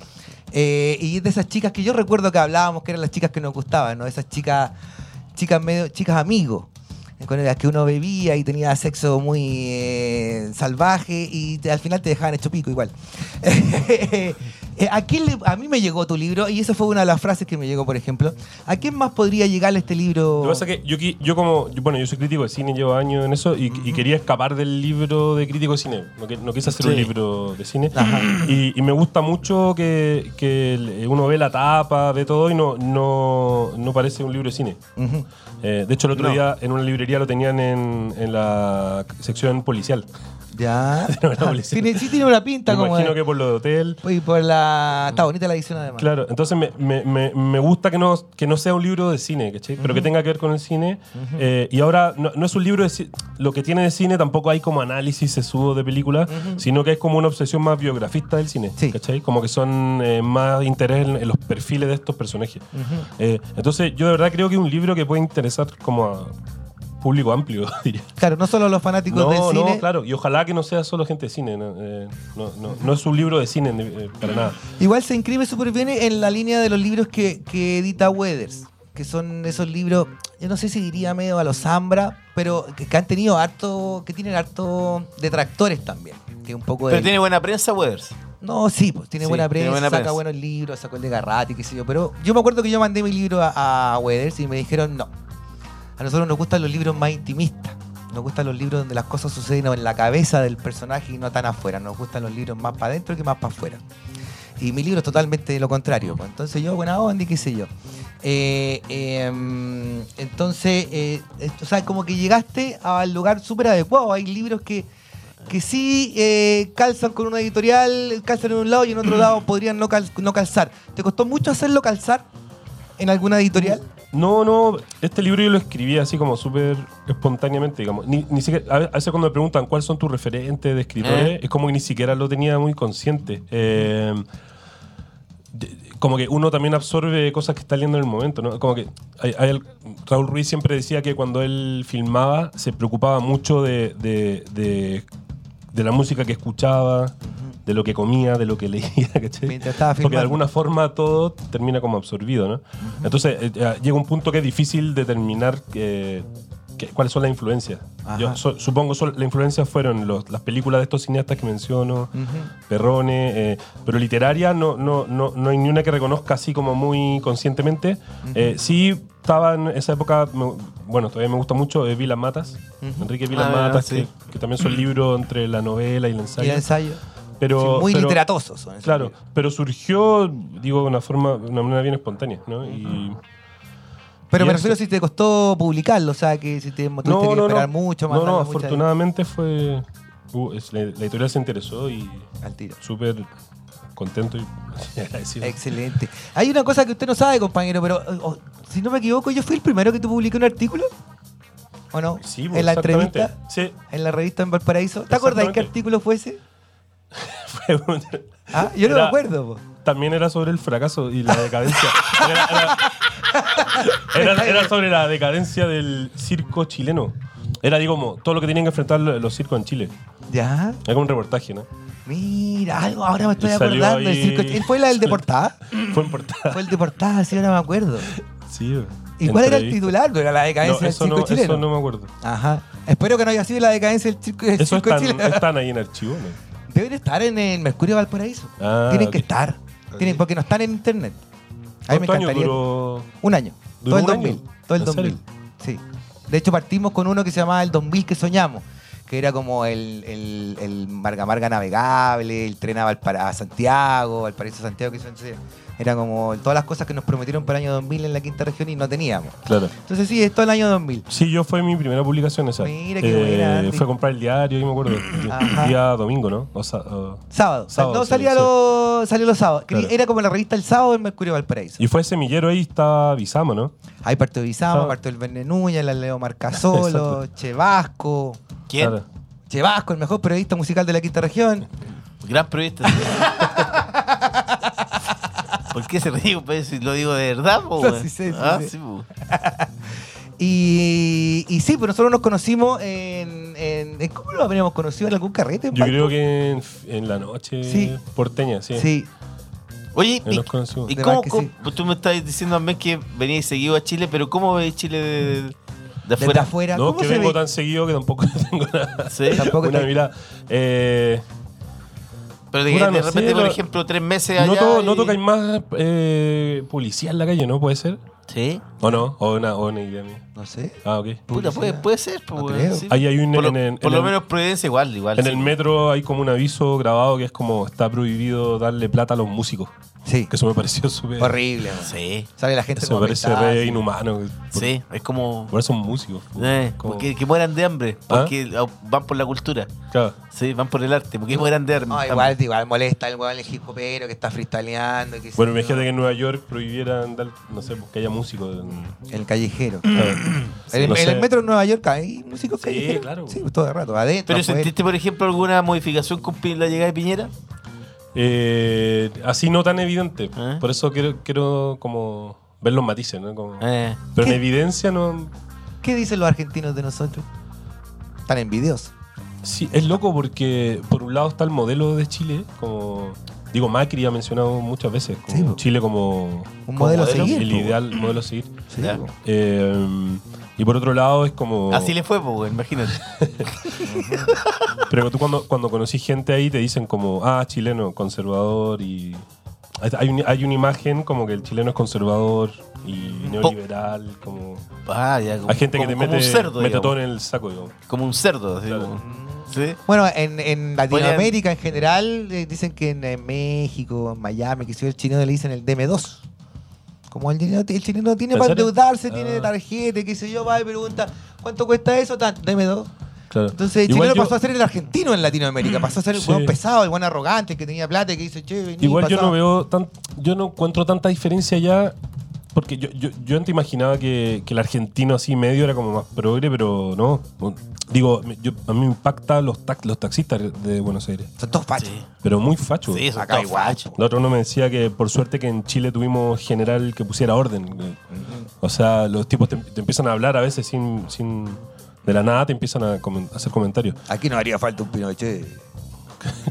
eh, y es de esas chicas que yo recuerdo que hablábamos que eran las chicas que nos gustaban, ¿no? Esas chicas chicas medio, chicas amigos, con las que uno bebía y tenía sexo muy eh, salvaje y te- al final te dejaban hecho pico igual. Eh, ¿A, quién le- a mí me llegó tu libro y esa fue una de las frases que me llegó, por ejemplo. ¿A quién más podría llegarle este libro?
Lo que pasa es que yo, qui- yo como, yo- bueno, yo soy crítico de cine, llevo años en eso, y, y quería escapar del libro de crítico de cine. No, que- no quise hacer un libro de cine. Y, y me gusta mucho que, que el- uno ve la tapa, ve todo, y no, no, no parece un libro de cine. Eh, de hecho, el otro día en una librería lo tenían en, en la sección policial.
Ya.
No, no, le-
tiene, sí tiene una pinta
Me
como... de-
imagino que por lo de hotel.
Y por la... Está bonita la edición además.
Claro, entonces me, me- me- me gusta que no, que no sea un libro de cine, ¿cachai? Pero que tenga que ver con el cine. Eh, y ahora no, no es un libro de ci- Lo que tiene de cine tampoco hay como análisis sesudo de películas, sino que es como una obsesión más biografista del cine,
Sí.
¿cachai? Como que son eh, más interés en, en los perfiles de estos personajes. Eh, entonces yo de verdad creo que es un libro que puede interesar como a público amplio, diría.
Claro, no solo los fanáticos
No,
del
no,
cine.
claro. Y ojalá que no sea solo gente de cine. No, eh, no, no, no es un libro de cine eh, para nada.
Igual se inscribe súper bien en la línea de los libros que, que edita Weathers, que son esos libros, yo no sé si diría medio a los Zambra, pero que, que han tenido harto, que tienen harto detractores también. Que un poco
Pero
del-
tiene buena prensa, Weathers.
No, sí, pues tiene
Sí,
buena
tiene
prensa,
buena
saca
prensa.
buenos libros, sacó el de Garrati, qué sé yo, pero yo me acuerdo que yo mandé mi libro a, a Weathers y me dijeron no. A nosotros nos gustan los libros más intimistas. Nos gustan los libros donde las cosas suceden en la cabeza del personaje y no tan afuera. Nos gustan los libros más para adentro que más para afuera. Y mi libro es totalmente lo contrario. pues. Entonces yo, buena onda y qué sé yo. Eh, eh, mm, entonces, eh, esto, o sea, como que llegaste al lugar súper adecuado. Hay libros que, que sí eh, calzan con una editorial, calzan en un lado y en otro lado podrían no, cal- no calzar. ¿Te costó mucho hacerlo calzar en alguna
Mm,
editorial?
No, no, este libro yo lo escribí así como súper espontáneamente, digamos. Ni, ni siquiera, a a veces cuando me preguntan cuáles son tus referentes de escritores,
Eh.
es como que ni siquiera lo tenía muy consciente. Eh, de- de- como que uno también absorbe cosas que está leyendo en el momento, ¿no? Como que hay- hay el- Raúl Ruiz siempre decía que cuando él filmaba se preocupaba mucho de, de- de- de la música que escuchaba, de lo que comía, de lo que leía, ¿cachai?
Mientras estaba
Porque de
filmando.
alguna forma todo termina como absorbido, ¿no? Entonces eh, eh, llega un punto que es difícil determinar eh, que- cuáles son las influencias. Yo so- supongo que las influencias fueron los- las películas de estos cineastas que menciono, Perrone, eh, pero literaria no, no, no, no hay ni una que reconozca así como muy conscientemente. Eh, sí estaba en esa época, me- bueno, todavía me gusta mucho eh, Vilas Matas, Enrique Vilas
Ah,
Matas,
sí.
que, que también son libros entre la novela y el
Y
ensayo.
el ensayo.
pero,
Sí, muy
pero-
literatosos son esos
Claro,
libros.
pero surgió, digo, de una forma, de una manera bien espontánea, ¿no? Y
Pero
Y
me
eso-
refiero si te costó publicarlo, o sea, que si te tuviste que esperar mucho más.
No, no,
darle mucha-
afortunadamente fue. uh, es- la, la editorial se interesó y
Al tiro.
súper contento y agradecido.
Excelente. Hay una cosa que usted no sabe, compañero, pero eh, oh, si no me equivoco, yo fui el primero que te publiqué un artículo. ¿O no?
Sí, pues,
en la
exactamente.
entrevista.
Sí.
En la revista en Valparaíso. ¿Te acordáis qué
Exactamente.
artículo fue ese?
fue un-
Ah, yo no
Era-
me acuerdo. po.
También era sobre el fracaso y la decadencia. Era, era- era- era sobre la decadencia del circo chileno. Era, digo, como todo lo que tenían que enfrentar los circos en Chile.
Ya.
Era como un reportaje, ¿no?
Mira, algo, ahora me estoy
Y salió
acordando. del
ahí-
circo chileno. ¿Fue la del deportada?
Fue en portada.
fue el deportada, sí, ahora me acuerdo.
Sí.
¿Y cuál era el
entrevista.
titular? No era la decadencia
No,
del
eso,
circo
no,
chileno.
eso no me acuerdo.
Ajá. Espero que no haya sido la decadencia del circo, del
Eso
circo
están,
chileno.
están ahí en archivo, ¿no?
Deben estar en el Mercurio Valparaíso.
Ah,
Tienen
ok.
que estar. Tienen, porque no están en internet. A mí me
¿Cuántos años
encantaría.
duró?
Un año. Todo
¿Duró
el
un
2000.
año?
Todo el
¿En
2000.
serio?
Sí. De hecho, partimos con uno que se llamaba El 2000 que soñamos, que era como el, el, el Marga Marga navegable, el tren a, Valpara- a Santiago, Valparaíso Santiago, que son- era como todas las cosas que nos prometieron para el año 2000 en la quinta región y no teníamos.
Claro.
Entonces, sí, es todo el año 2000.
Sí, yo fue mi primera publicación esa. Eh,
Mira qué buena, Andy.
Fue a comprar el diario, yo me acuerdo.
Ajá.
Día domingo, ¿no? O sea, oh.
Sábado.
Sábado,
no,
sí,
salía,
sí.
Los, salía los sábados.
Claro.
Era como la revista El Sábado en Mercurio Valparaíso.
Y fue semillero ahí, estaba Bizama, ¿no?
Ahí partió Bizama,
Sábado.
partió el Bernenuña, la Leo Marcasolo, Chevasco.
¿Quién?
Claro.
Chevasco, el mejor periodista musical de la quinta región.
Gran periodista. ¿Por qué se ríe? Pues, si lo digo de verdad, po,
No,
weón.
sí sé, sí
ah,
sé.
sí, po.
Y, y sí, pues nosotros nos conocimos en, en- en- ¿Cómo lo habríamos conocido? ¿En algún carrete? en
Yo
Valpo?
creo que en, en la noche
Sí.
porteña, sí.
Sí.
Oye,
Ya
¿y,
nos conocimos.
y
De
cómo,
más que
cómo-
sí.
pues tú me estás diciendo a mí que venías seguido a Chile, pero ¿cómo ves Chile de, de
Desde
afuera?
afuera.
No,
¿Cómo
que
se
vengo
ve?
tan seguido que tampoco tengo nada.
Sí.
Tampoco
una
te-
mirada. Eh,
Pero de,
Puta,
de
no
repente,
sé,
por
lo-
ejemplo, tres meses allá.
noto,
y-
noto que hay más eh, policía en la calle, ¿no? ¿Puede ser?
Sí.
¿O no? ¿O una, o una idea mía?
No sé.
Ah, ok.
Puta, puede, puede ser, po,
No
weón,
creo.
sí.
Ahí hay un-
Por lo,
en el-
por
en
lo
el-
menos Providencia igual, igual.
En
sí.
el metro hay como un aviso grabado que es como está prohibido darle plata a los músicos.
Sí.
Que eso me pareció súper.
Horrible. man.
Sí.
Sale la gente
Eso me
como
parece
apretada,
re
así.
inhumano. Por-
Sí, es como.
Por eso son músicos.
eh,
Como-
porque- que mueran de hambre,
¿Ah?
porque ah, van por la cultura.
Claro.
Sí, van por el arte, porque mueran de hambre.
No, Ah, igual, igual molesta el weón el hip hopero que está freestyleando. que
Bueno,
sé yo.
imagínate que en Nueva York prohibieran dar, no sé, pues, que haya músicos. en-
El callejero.
Claro.
en, el-
No
en
sé.
el metro de Nueva York hay músicos
Sí,
callejeros.
claro.
Sí, pues, todo el rato. Adentro.
Pero
afuera.
sentiste, por ejemplo, alguna modificación con pi- la llegada de Piñera?
Eh, así no tan evidente.
¿Eh?
Por eso quiero, quiero como ver los matices, ¿no? Como-
Eh,
Pero en
¿Qué?
evidencia no.
¿Qué dicen los argentinos de nosotros? Tan envidiosos.
Sí, es loco porque por un lado está el modelo de Chile, como digo, Macri ha mencionado muchas veces, como
Sí, po.
Chile como
Un modelo a
modelo,
seguir.
el
po, weón.
ideal modelo a seguir.
Sí,
Ya.
po.
Eh, y por otro lado es como...
Así le fue, pues, imagínate.
Pero tú cuando, cuando conocí gente ahí te dicen como, ah, chileno, conservador y... hay- Hay, un- hay una imagen como que el chileno es conservador y neoliberal, como...
Ah, ya, como,
Hay gente
como,
que te
como
mete,
un cerdo.
mete
digamos.
todo en el saco, digamos.
Como un cerdo. así
Claro.
como- Sí.
Bueno, en,
Podrían-
en Latinoamérica en general eh, dicen que en, eh, México, en Miami, que si el chileno le dicen el DM2. Como el chileno, el chileno tiene
¿En
para
serio?
endeudarse, tiene
Ah.
tarjeta, qué sé yo, va y pregunta, ¿cuánto cuesta eso? Tan, DM2.
Claro.
Entonces el
Igual
chileno
yo-
pasó a ser el argentino en Latinoamérica, pasó a ser el
Sí.
buen pesado, el buen arrogante, el que tenía plata, y que dice, che, vení,
Igual yo
pasá".
no veo tan, yo no encuentro tanta diferencia ya. Porque yo, yo, yo antes imaginaba que, que el argentino así medio era como más progre, pero no. Digo, me- yo- a mí me impacta los, tax, los taxistas de Buenos Aires.
Son todos fachos.
Pero muy facho.
Sí, son
Acá
todos
igual,
fachos.
El otro uno me decía que por suerte que en Chile tuvimos general que pusiera orden. O sea, los tipos te, te empiezan a hablar a veces sin, sin de la nada te empiezan a, comen- a hacer comentarios.
Aquí no haría falta un Pinochet.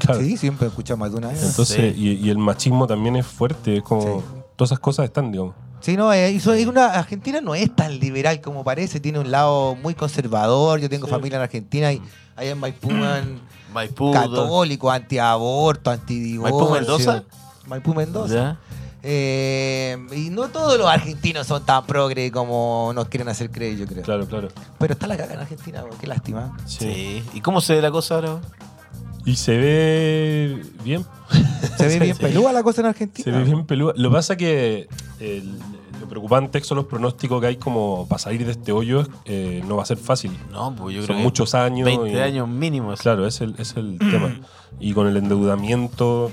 Claro.
Sí, siempre he escuchado más de una vez.
Entonces, y, y el machismo también es fuerte, es como
Sí.
todas esas cosas están, digamos.
Sí, no, eh, hizo- es una, Argentina no es tan liberal como parece, tiene un lado muy conservador. Yo tengo familia en Argentina y allá en Maipú
Mm.
eran
Maipú.
católicos, antiaborto, antidivorcio.
¿Maipú Mendoza?
Maipú Mendoza.
¿Ya?
Eh, y no todos los argentinos son tan progre como nos quieren hacer creer, yo creo.
Claro, claro.
Pero está la caga en Argentina, güey, qué lástima.
Sí. ¿Y cómo se ve la cosa ahora?
Y se ve bien,
Se ve bien pelúa la cosa en Argentina.
se ve bien peluda. Lo que pasa que el- lo preocupante son los pronósticos que hay como para salir de este hoyo, eh, no va a ser fácil.
No, pues yo
Son
creo que
muchos años
20
y-
años Mm. mínimo. así.
Claro, es el, es el tema. Y con el endeudamiento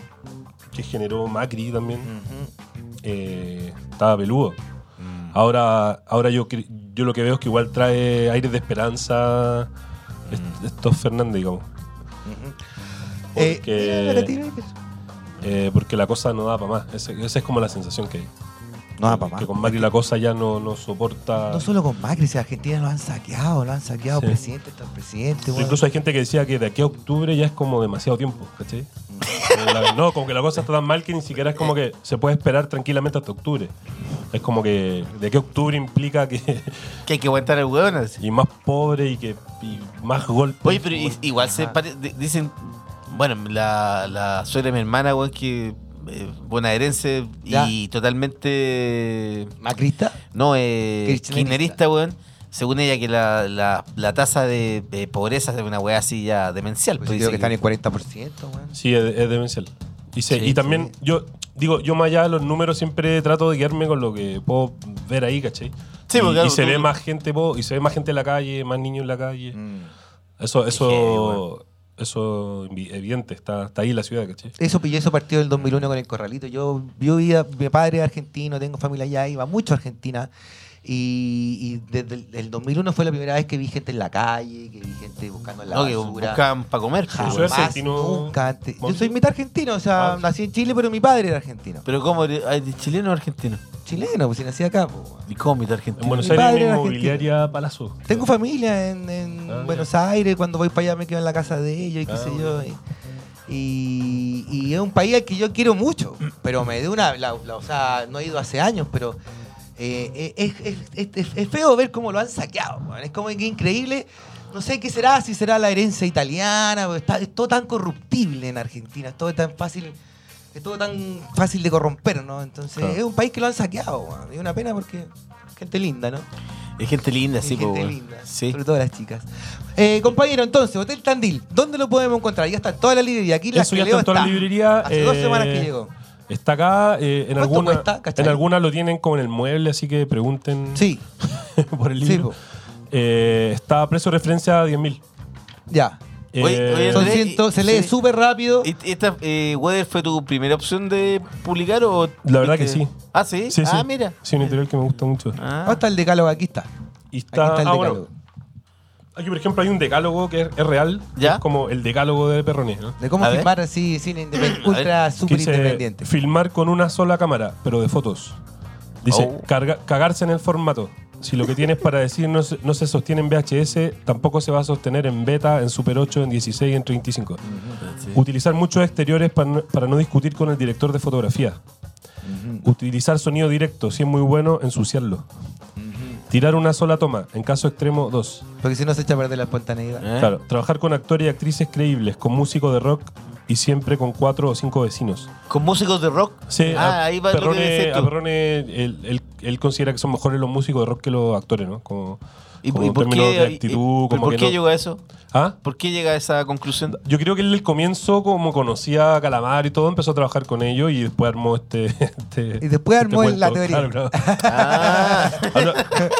que generó Macri también,
Mm.
eh, estaba peludo. Ahora, ahora yo, cre- yo lo que veo es que igual trae aires de esperanza
Mm.
est- estos Fernández, digamos.
Eh,
Porque-
mira, negativa, pero-
Eh, porque la cosa no da para más. Ese- Esa es como la sensación que hay.
No da pa' más.
Que con Macri la cosa ya no, no soporta.
No solo con Macri, si Argentina lo han saqueado, lo han saqueado
Sí.
presidente tras presidente. güey.
Incluso hay gente que decía que de aquí a octubre ya es como demasiado tiempo, ¿cachai? Como la- no, como que la cosa está tan mal que ni siquiera es como que se puede esperar tranquilamente hasta octubre. Es como que de aquí a octubre implica que
Que hay que aguantar el hueón. así.
y más pobre y que y más golpes.
Oye, pero i- igual se pare- di- dicen, bueno, la, la suegra de mi hermana, weón, que eh, bonaerense
Ya.
y totalmente,
¿Macrista?
no, eh,
Kirchnerista.
kirchnerista, weón. Según ella, que la, la, la tasa de, de pobreza es una weá así ya demencial.
Pues
pues,
creo
dice
que están
que-
en 40%, weón.
Sí, es, es demencial. Y, se-
Sí,
y también yo digo, yo más allá de los números siempre trato de quedarme con lo que puedo ver ahí, ¿cachai?
Sí,
y,
porque,
y
claro,
se
tú-
ve más gente po- y se ve más gente en la calle, más niños en la calle. Eso,
Mm. heavy,
eso,
weón.
eso envi- evidente, está, está ahí la ciudad, ¿cachai?
Eso pillé eso partido del 2001 con el Corralito. Yo, yo iba, mi padre es argentino, tengo familia allá, iba mucho a Argentina. Y, y desde el, el 2001 fue la primera vez que vi gente en la calle, que vi gente buscando en la
no, que
basura.
buscaban para comer.
Ah,
pues,
soy
Jamás,
weón.
argentino.
nunca antes. Yo
Monty.
soy mitad argentino, o sea,
Ah.
nací en Chile, pero mi padre era argentino.
Pero ¿cómo? eres? Ay, ¿de ¿Chileno o argentino?
Chileno, pues si nací acá. po, weón.
¿Y cómo mitad argentino?
En Buenos
Mi
Aires hay
padre
una
era
inmobiliaria Palazzo.
Tengo familia en, en
Ah, ya.
Buenos Aires, cuando voy para allá me quedo en la casa de ellos y qué
Ah,
sé
bueno.
yo. Y, y- y es un país al que yo quiero mucho, pero me dio una... la- la- o sea, no he ido hace años, pero eh, es, es- es- es- es feo ver cómo lo han saqueado. weón. Es como que increíble. No sé qué será, si será la herencia italiana, porque está, es todo tan corruptible en Argentina, es todo tan fácil... Es todo tan fácil de corromper, ¿no? Entonces,
Claro.
es un país que lo han saqueado, weón. Es una pena porque gente linda, ¿no?
Es gente linda,
Hay
sí,
gente
pues, weón.
linda,
Sí.
sobre todo las chicas. Eh, compañero, entonces, Hotel Tandil, ¿dónde lo podemos encontrar? Ya está en toda la librería. Aquí la
Eso ya está en toda la librería.
Hace dos
eh,
semanas que llegó.
Está acá, eh, en,
¿Cuánto
alguna,
cuesta, cachai?
en alguna lo tienen como en el mueble, así que pregunten
Sí,
por el
Sí,
libro.
po.
Eh, está a precio de referencia a 10.000.
ya.
Oye, oye,
Eh,
Son
Andrés,
ciento-
y-
se lee
sí.
súper rápido.
¿Y ¿Esta eh, Weather fue tu primera opción de publicar o.?
La verdad
viste-
que sí.
Ah, sí.
sí,
ah,
sí.
mira.
Sí, un interior que me gusta mucho.
Ah.
Ah, está el decálogo, aquí está. Aquí
Y está,
está el
ah, bueno,
decálogo.
aquí, por ejemplo, hay un decálogo que es, es real, que
¿Ya?
es como el decálogo de Perroné. ¿no?
De cómo
A ver.
filmar así, cine independiente, ultra,
que
súper
dice,
independiente.
Filmar con una sola cámara, pero de fotos. Dice,
Oh.
"Carga- cagarse en el formato. Si lo que tienes para decir no se, no se sostiene en VHS, tampoco se va a sostener en beta, en Super 8, en 16, en 35. Utilizar muchos exteriores para no, para no discutir con el director de fotografía. Utilizar sonido directo, si es muy bueno, ensuciarlo. Tirar una sola toma, en caso extremo, dos.
Porque si no se echa a perder la espontaneidad.
¿Eh?
Claro, trabajar con actores y actrices creíbles, con músicos de rock y siempre con cuatro o cinco vecinos.
Con músicos de rock.
Sí,
ah,
a-
ahí va lo que
Perrone-
decías
a
tú.
Perrone, él, él- él considera que son mejores los músicos de rock que los actores, ¿no? Como,
¿Y,
como
y
en
por
términos
qué, eh,
de
y- y-
actitud,
pero
como
por
que
qué
no-
llegó a eso?
¿Ah?
¿Por qué llega a esa conclusión?
Yo creo que él el comienzo, como conocía a Calamar y todo, empezó a trabajar con ellos y después armó este. este-
Y después armó la teoría.
claro, claro.
Ah,
Ahora-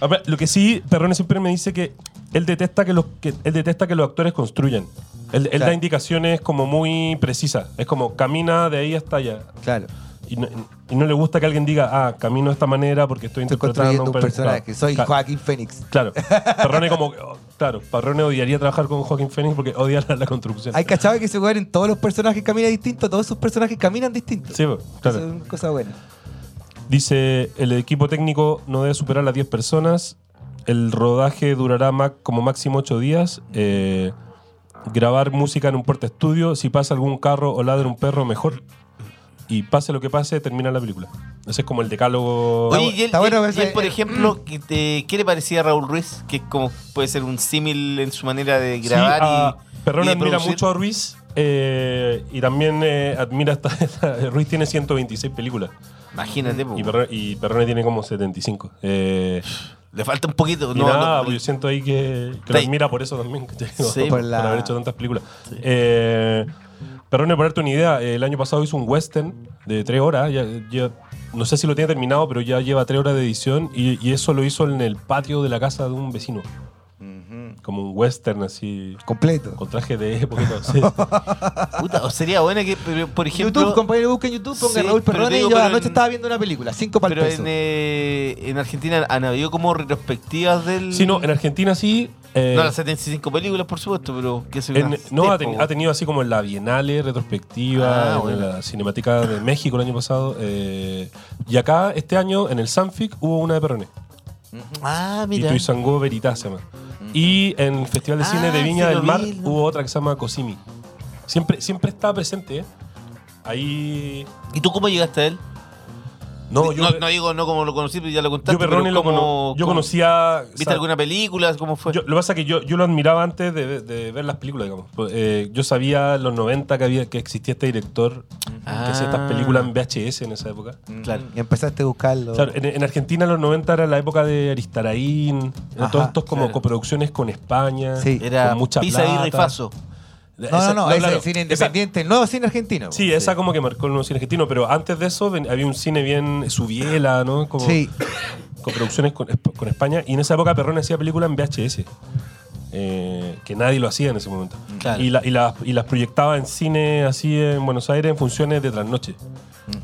ahora, lo que sí, Perrone siempre me dice que él detesta que los, que, él detesta que los actores construyan. Él, él da indicaciones como muy precisas. Es como camina de ahí hasta allá.
Claro.
Y no, y no le gusta que alguien diga, ah, camino de esta manera porque estoy
Estoy
interpretando
construyendo un
per-
personaje.
claro.
Soy
Ca-
Joaquín Fénix.
Claro. Perrone como... oh, Claro, Perrone odiaría trabajar con Joaquín Phoenix porque odia la, la construcción.
Hay cachado que ese weón en todos los personajes camina distinto, todos sus personajes caminan distintos.
Sí, pues,
Eso
claro.
es una cosa buena.
Dice, el equipo técnico no debe superar las 10 personas. El rodaje durará ma- como máximo 8 días. Eh, grabar música en un puerto estudio. Si pasa algún carro o ladra un perro, mejor. Y pase lo que pase, termina la película. Ese es como el decálogo.
Oye, y él,
está bueno
y él-
ese-
y él, por
eh,
ejemplo, ¿qué te- ¿qué le parecía a Raúl Ruiz? Que es como puede ser un símil en su manera de
Sí,
grabar
ah,
y.
Perrone
y de
admira
producir.
mucho a Ruiz. eh, y también eh, admira esta, eh, Ruiz tiene 126 películas.
Imagínate, po.
Y Perrone, y Perrone tiene como 75. Eh,
le falta un poquito.
Y
No,
nada,
no,
pues yo siento ahí que,
Sí.
que lo admira por eso también, ¿cachai?
Sí,
por,
por la-
haber hecho tantas películas. Eh, Perrone, para darte una idea, eh, el año pasado hizo un western de tres horas, ya- ya- no sé si lo tiene terminado, pero ya lleva tres horas de edición y, y eso lo hizo en el patio de la casa de un vecino. Como un western así,
Completo.
con traje de época. y todo, sí.
puta, o sería buena que, pero, por ejemplo.
YouTube, compañero, busquen YouTube, pongan
Sí,
Raúl
pero
Perrone.
digo,
y yo
pero
anoche
en-
estaba viendo una película, cinco para el
pero
peso.
en, eh, en Argentina han habido como retrospectivas del.
Sí, no, en Argentina sí. eh,
No, las 75 películas, por supuesto, pero que se
en-
unas
no, ha,
tres,
teni-
po.
ha tenido así como en la Bienale,
Ah,
retrospectiva, en
bueno.
la Cinemática de México el año pasado. eh, y acá, este año, en el Sanfic, hubo una de Perrone.
Ah,
Y
mira. Mm.
Tuizangó Veritas se llama. Y en el Festival de
Ah,
Cine de Viña
sí, lo
del Mar
vi, ¿no?
hubo otra que se llama Cosimi. Siempre, siempre está presente, ¿eh? Ahí.
¿Y tú cómo llegaste a él?
No, yo.
no, no digo no como lo conocí, pero ya lo contaste.
yo Perrone
pero
lo
cómo-
cono- Yo
cómo-
conocía.
¿Viste
sa-
alguna película? ¿Cómo
Pues
fue?
Yo- lo que pasa es que yo, yo lo admiraba antes de, de ver las películas, digamos. Pues, eh, yo sabía en los 90 que, había, que existía este director que hacía
Ah.
estas películas en VHS en esa época.
Claro.
Y empezaste a buscarlo.
Claro, en, en Argentina en los 90 era la época de Aristaraín,
Ajá,
todos estos como
claro.
coproducciones con España,
Sí.
Era
con mucha
Pisa
plata.
y Rifazo.
no, no, no, ese
claro,
es cine
esa-
independiente, el nuevo cine argentino.
Sí, eh, esa como que marcó el nuevo cine argentino, pero antes de eso ven- había un cine bien subiela, ¿no? Como
Sí.
con producciones con, Esp- con España. Y en esa época Perrón hacía películas en VHS, eh, que nadie lo hacía en ese momento.
Claro.
Y, la- y las- y las proyectaba en cine así en Buenos Aires en funciones de trasnoche.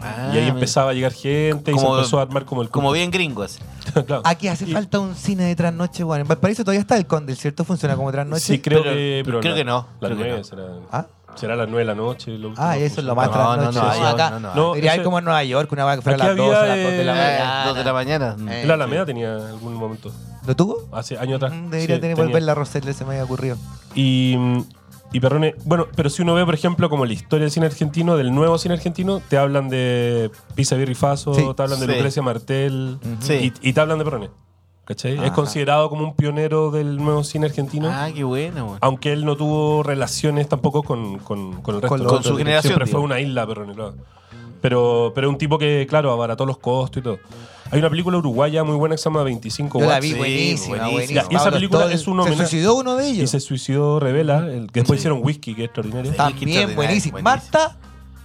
Ah,
y ahí empezaba a llegar gente y
Como-
se empezó a armar como el
Ah, Como
culto.
bien gringos.
Claro.
Aquí hace falta un cine de trasnoche, bueno. En Valparaíso todavía está el Condel, ¿cierto? Funciona como trasnoche.
Sí, creo
Pero-
que. pero
creo que no,
Las
creo que
nueve
no.
será.
¿Ah?
Será las nueve de la noche. lo último
Ah,
que
eso es lo más
funciona.
No,
trasnoche.
no, no,
Sí,
no,
acá.
no, no.
No,
Diría
ese-
como en Nueva York, una vaga que fuera a
Aquí
las 2
había,
a las 2 de la
eh,
mañana.
Dos de la mañana.
Eh.
La Alameda tenía algún momento.
¿Lo tuvo?
Hace años atrás.
Mm, Debería
Ah, sí,
tener
tenía.
volver la Roselle, se me había ocurrido.
Y. mm, Y Perrone, bueno, pero si uno ve, por ejemplo, como la historia del cine argentino, del nuevo cine argentino, te hablan de Pisa Birrifazo,
Sí.
te hablan de
Sí.
Lucrecia Martel,
Sí.
y, y te hablan de Perrone. ¿Cachai? Es considerado como un pionero del nuevo cine argentino.
Ah, qué bueno, güey.
Aunque él no tuvo relaciones tampoco con, con, con el resto.
Con lo
¿no?
otro,
su generación,
Siempre
digo.
fue una isla, pero claro. Pero, pero un tipo que, claro, abarató los costos y todo. Hay una película uruguaya muy buena que se llama 25
Yo la
watts.
vi
Sí,
buenísima,
buenísima.
buenísima.
Y esa
Pablo
película
Stoll,
es un homenaje-
Se suicidó uno de
Y
ellos.
se suicidó Revela, el que después hicieron Whisky, que es extraordinario.
Sí.
También
Extraordinario,
buenísima.
buenísimo.
¿Marta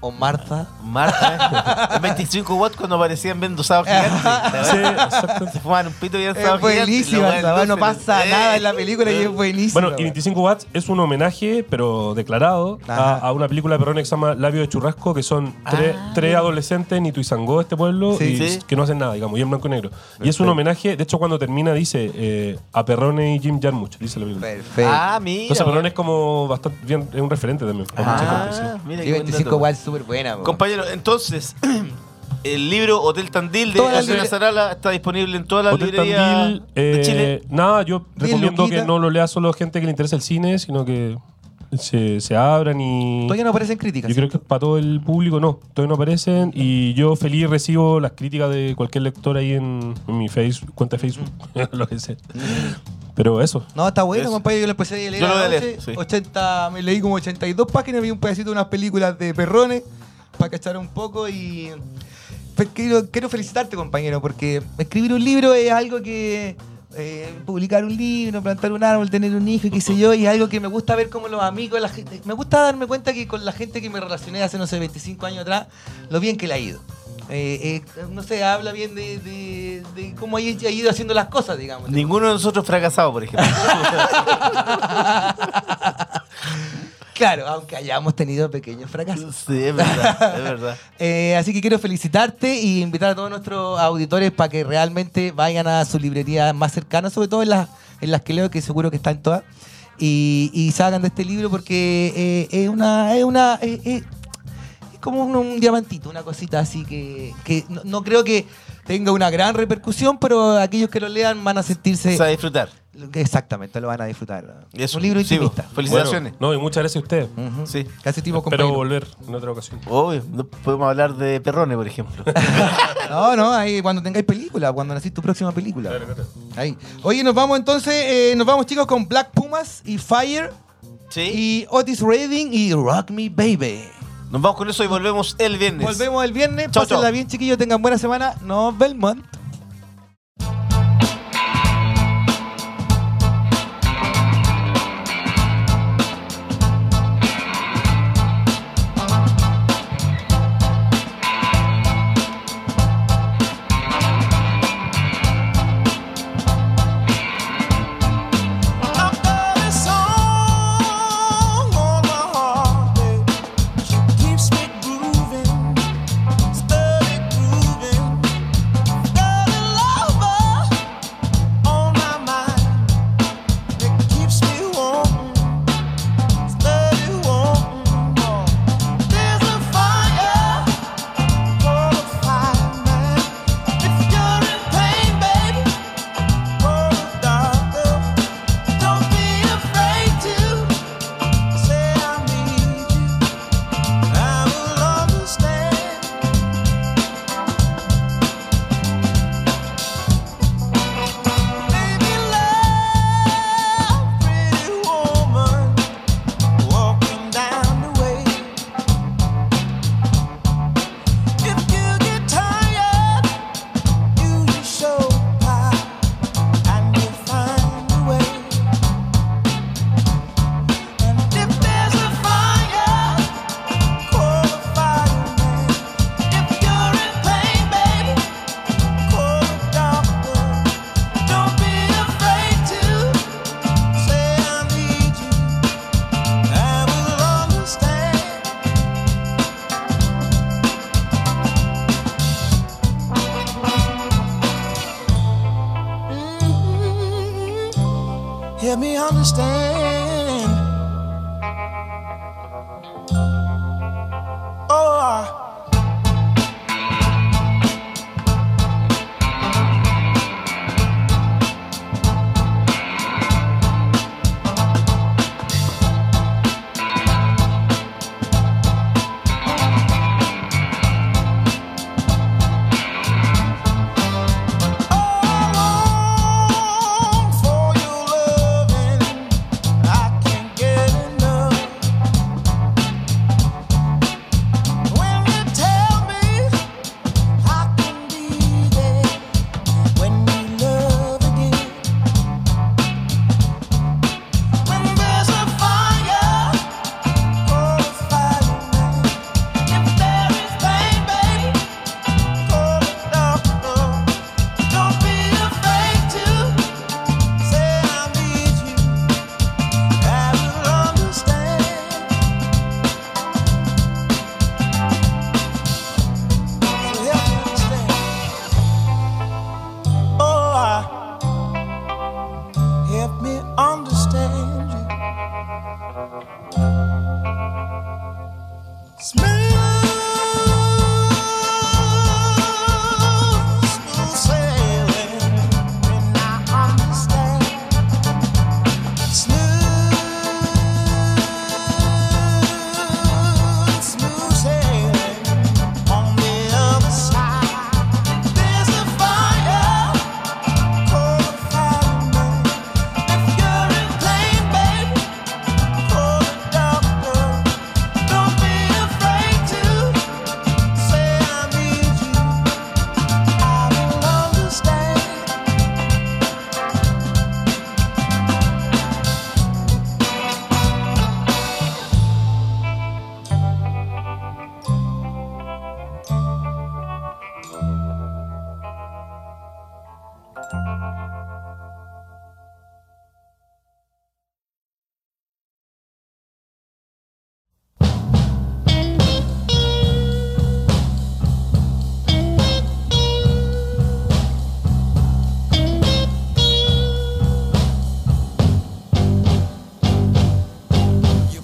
o Marta?
Marta, en 25 watts cuando aparecían vendosados gigantes.
Sí, exacto.
Se fumaban un pito y
Es
vendosados gigantes.
buenísima,
la
esa weá,
weá,
no
entonces,
pasa
eh.
nada en la película y es buenísima.
Bueno, y 25 watts es un homenaje, pero declarado, a,
Ajá.
a una película de Perrone que se llama Labio de Churrasco, que son tres, tres adolescentes en Ituizangó, este pueblo,
Sí.
y
Sí.
que no hacen nada, digamos, y en blanco y negro. Y es un homenaje, de hecho, cuando termina dice eh, a Perrone y Jim Jarmusch, dice la película.
Perfecto.
Ah, mira.
Entonces Perrone
güey.
es como bastante bien, es un referente también. para mucha
Ah,
gente, sí.
mira,
Sí,
qué buen
25
dato.
watts, súper buena. po.
Compañero, entonces, el libro Hotel Tandil de
Todas las
José
libre-
Zarala está disponible en todas las
Hotel
librerías
Tandil,
de
eh,
Chile.
nada, yo
Bien,
recomiendo
Luquita.
que no lo lea solo gente que le interesa el cine, sino que se, se abran y...
Todavía no aparecen críticas.
Yo creo que es para todo el público, no. Todavía no aparecen. Y yo feliz recibo las críticas de cualquier lector ahí en, en mi face, cuenta de Facebook, lo que sea. Pero eso.
No, está bueno,
Eso.
compañero. Yo lo empecé a leer.
Yo lo voy a
anoche,
leer, sí.
80, me leí como 82 páginas, vi un pedacito de unas películas de perrones para cachar un poco y. pues, Quiero, quiero felicitarte, compañero, porque escribir un libro es algo que eh, publicar un libro, plantar un árbol, tener un hijo, y qué sé yo, y algo que me gusta ver como los amigos, la gente. Me gusta darme cuenta que con la gente que me relacioné hace, no sé, 25 años atrás, lo bien que le ha ido. Eh, eh, no sé, habla bien de, de- de cómo ha ido ha ido haciendo las cosas, digamos.
Ninguno de nosotros fracasado, por ejemplo.
Claro, aunque hayamos tenido pequeños fracasos.
sí, es verdad, es verdad.
Eh, así que quiero felicitarte y invitar a todos nuestros auditores para que realmente vayan a su librería más cercana, sobre todo en las, en las que leo, que seguro que están todas, y, y salgan de este libro porque eh, es una... Es una es- es- es como un, un diamantito, una cosita así que, que no, no creo que tenga una gran repercusión, pero aquellos que lo lean van a sentirse...
O sea, disfrutar.
Exactamente, lo van a disfrutar. Es
Eso,
un libro
sí, vos.
intimista.
Felicitaciones.
No, y muchas gracias a ustedes.
Ujú.
Sí.
Casi tipo
Espero
compañero.
volver en otra ocasión.
Obvio, no podemos hablar de perrones, por ejemplo.
No, no, ahí cuando tengáis película, cuando nacís tu próxima película.
Claro, claro.
Ahí. Oye, nos vamos entonces, eh, nos vamos chicos con Black Pumas y Fire
Sí.
y Otis Redding y Rock Me Baby.
Nos vamos con eso y volvemos el viernes.
Volvemos el viernes,
Chau,
pásenla
chau.
bien chiquillos, tengan buena semana. Nos Belmont.
Keeps me grooving, steady grooving, steady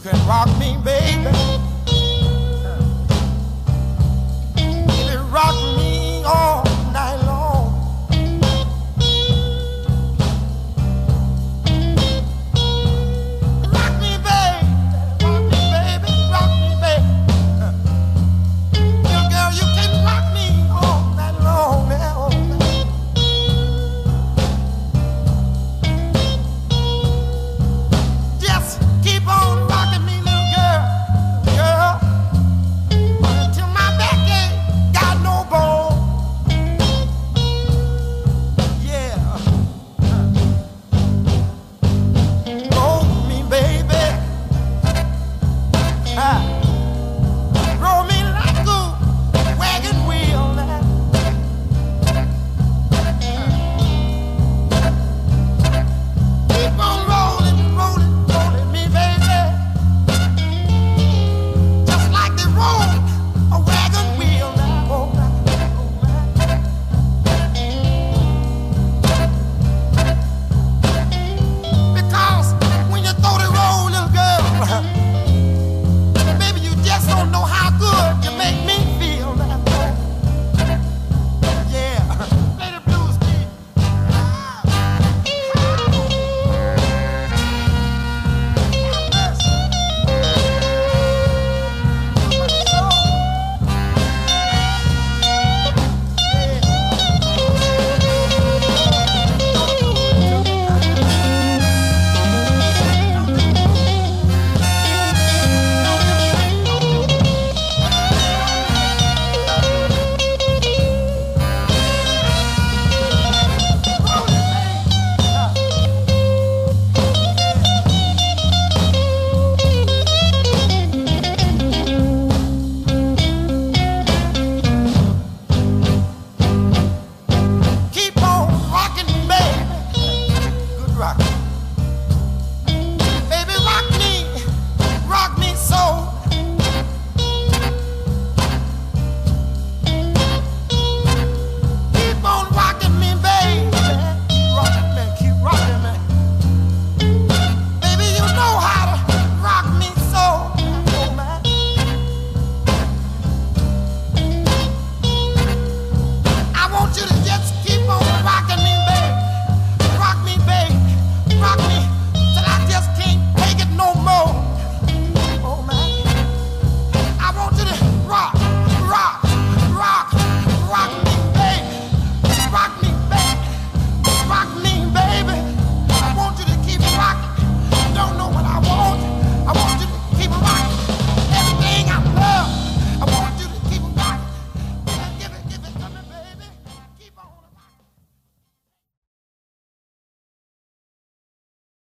can rock me, baby.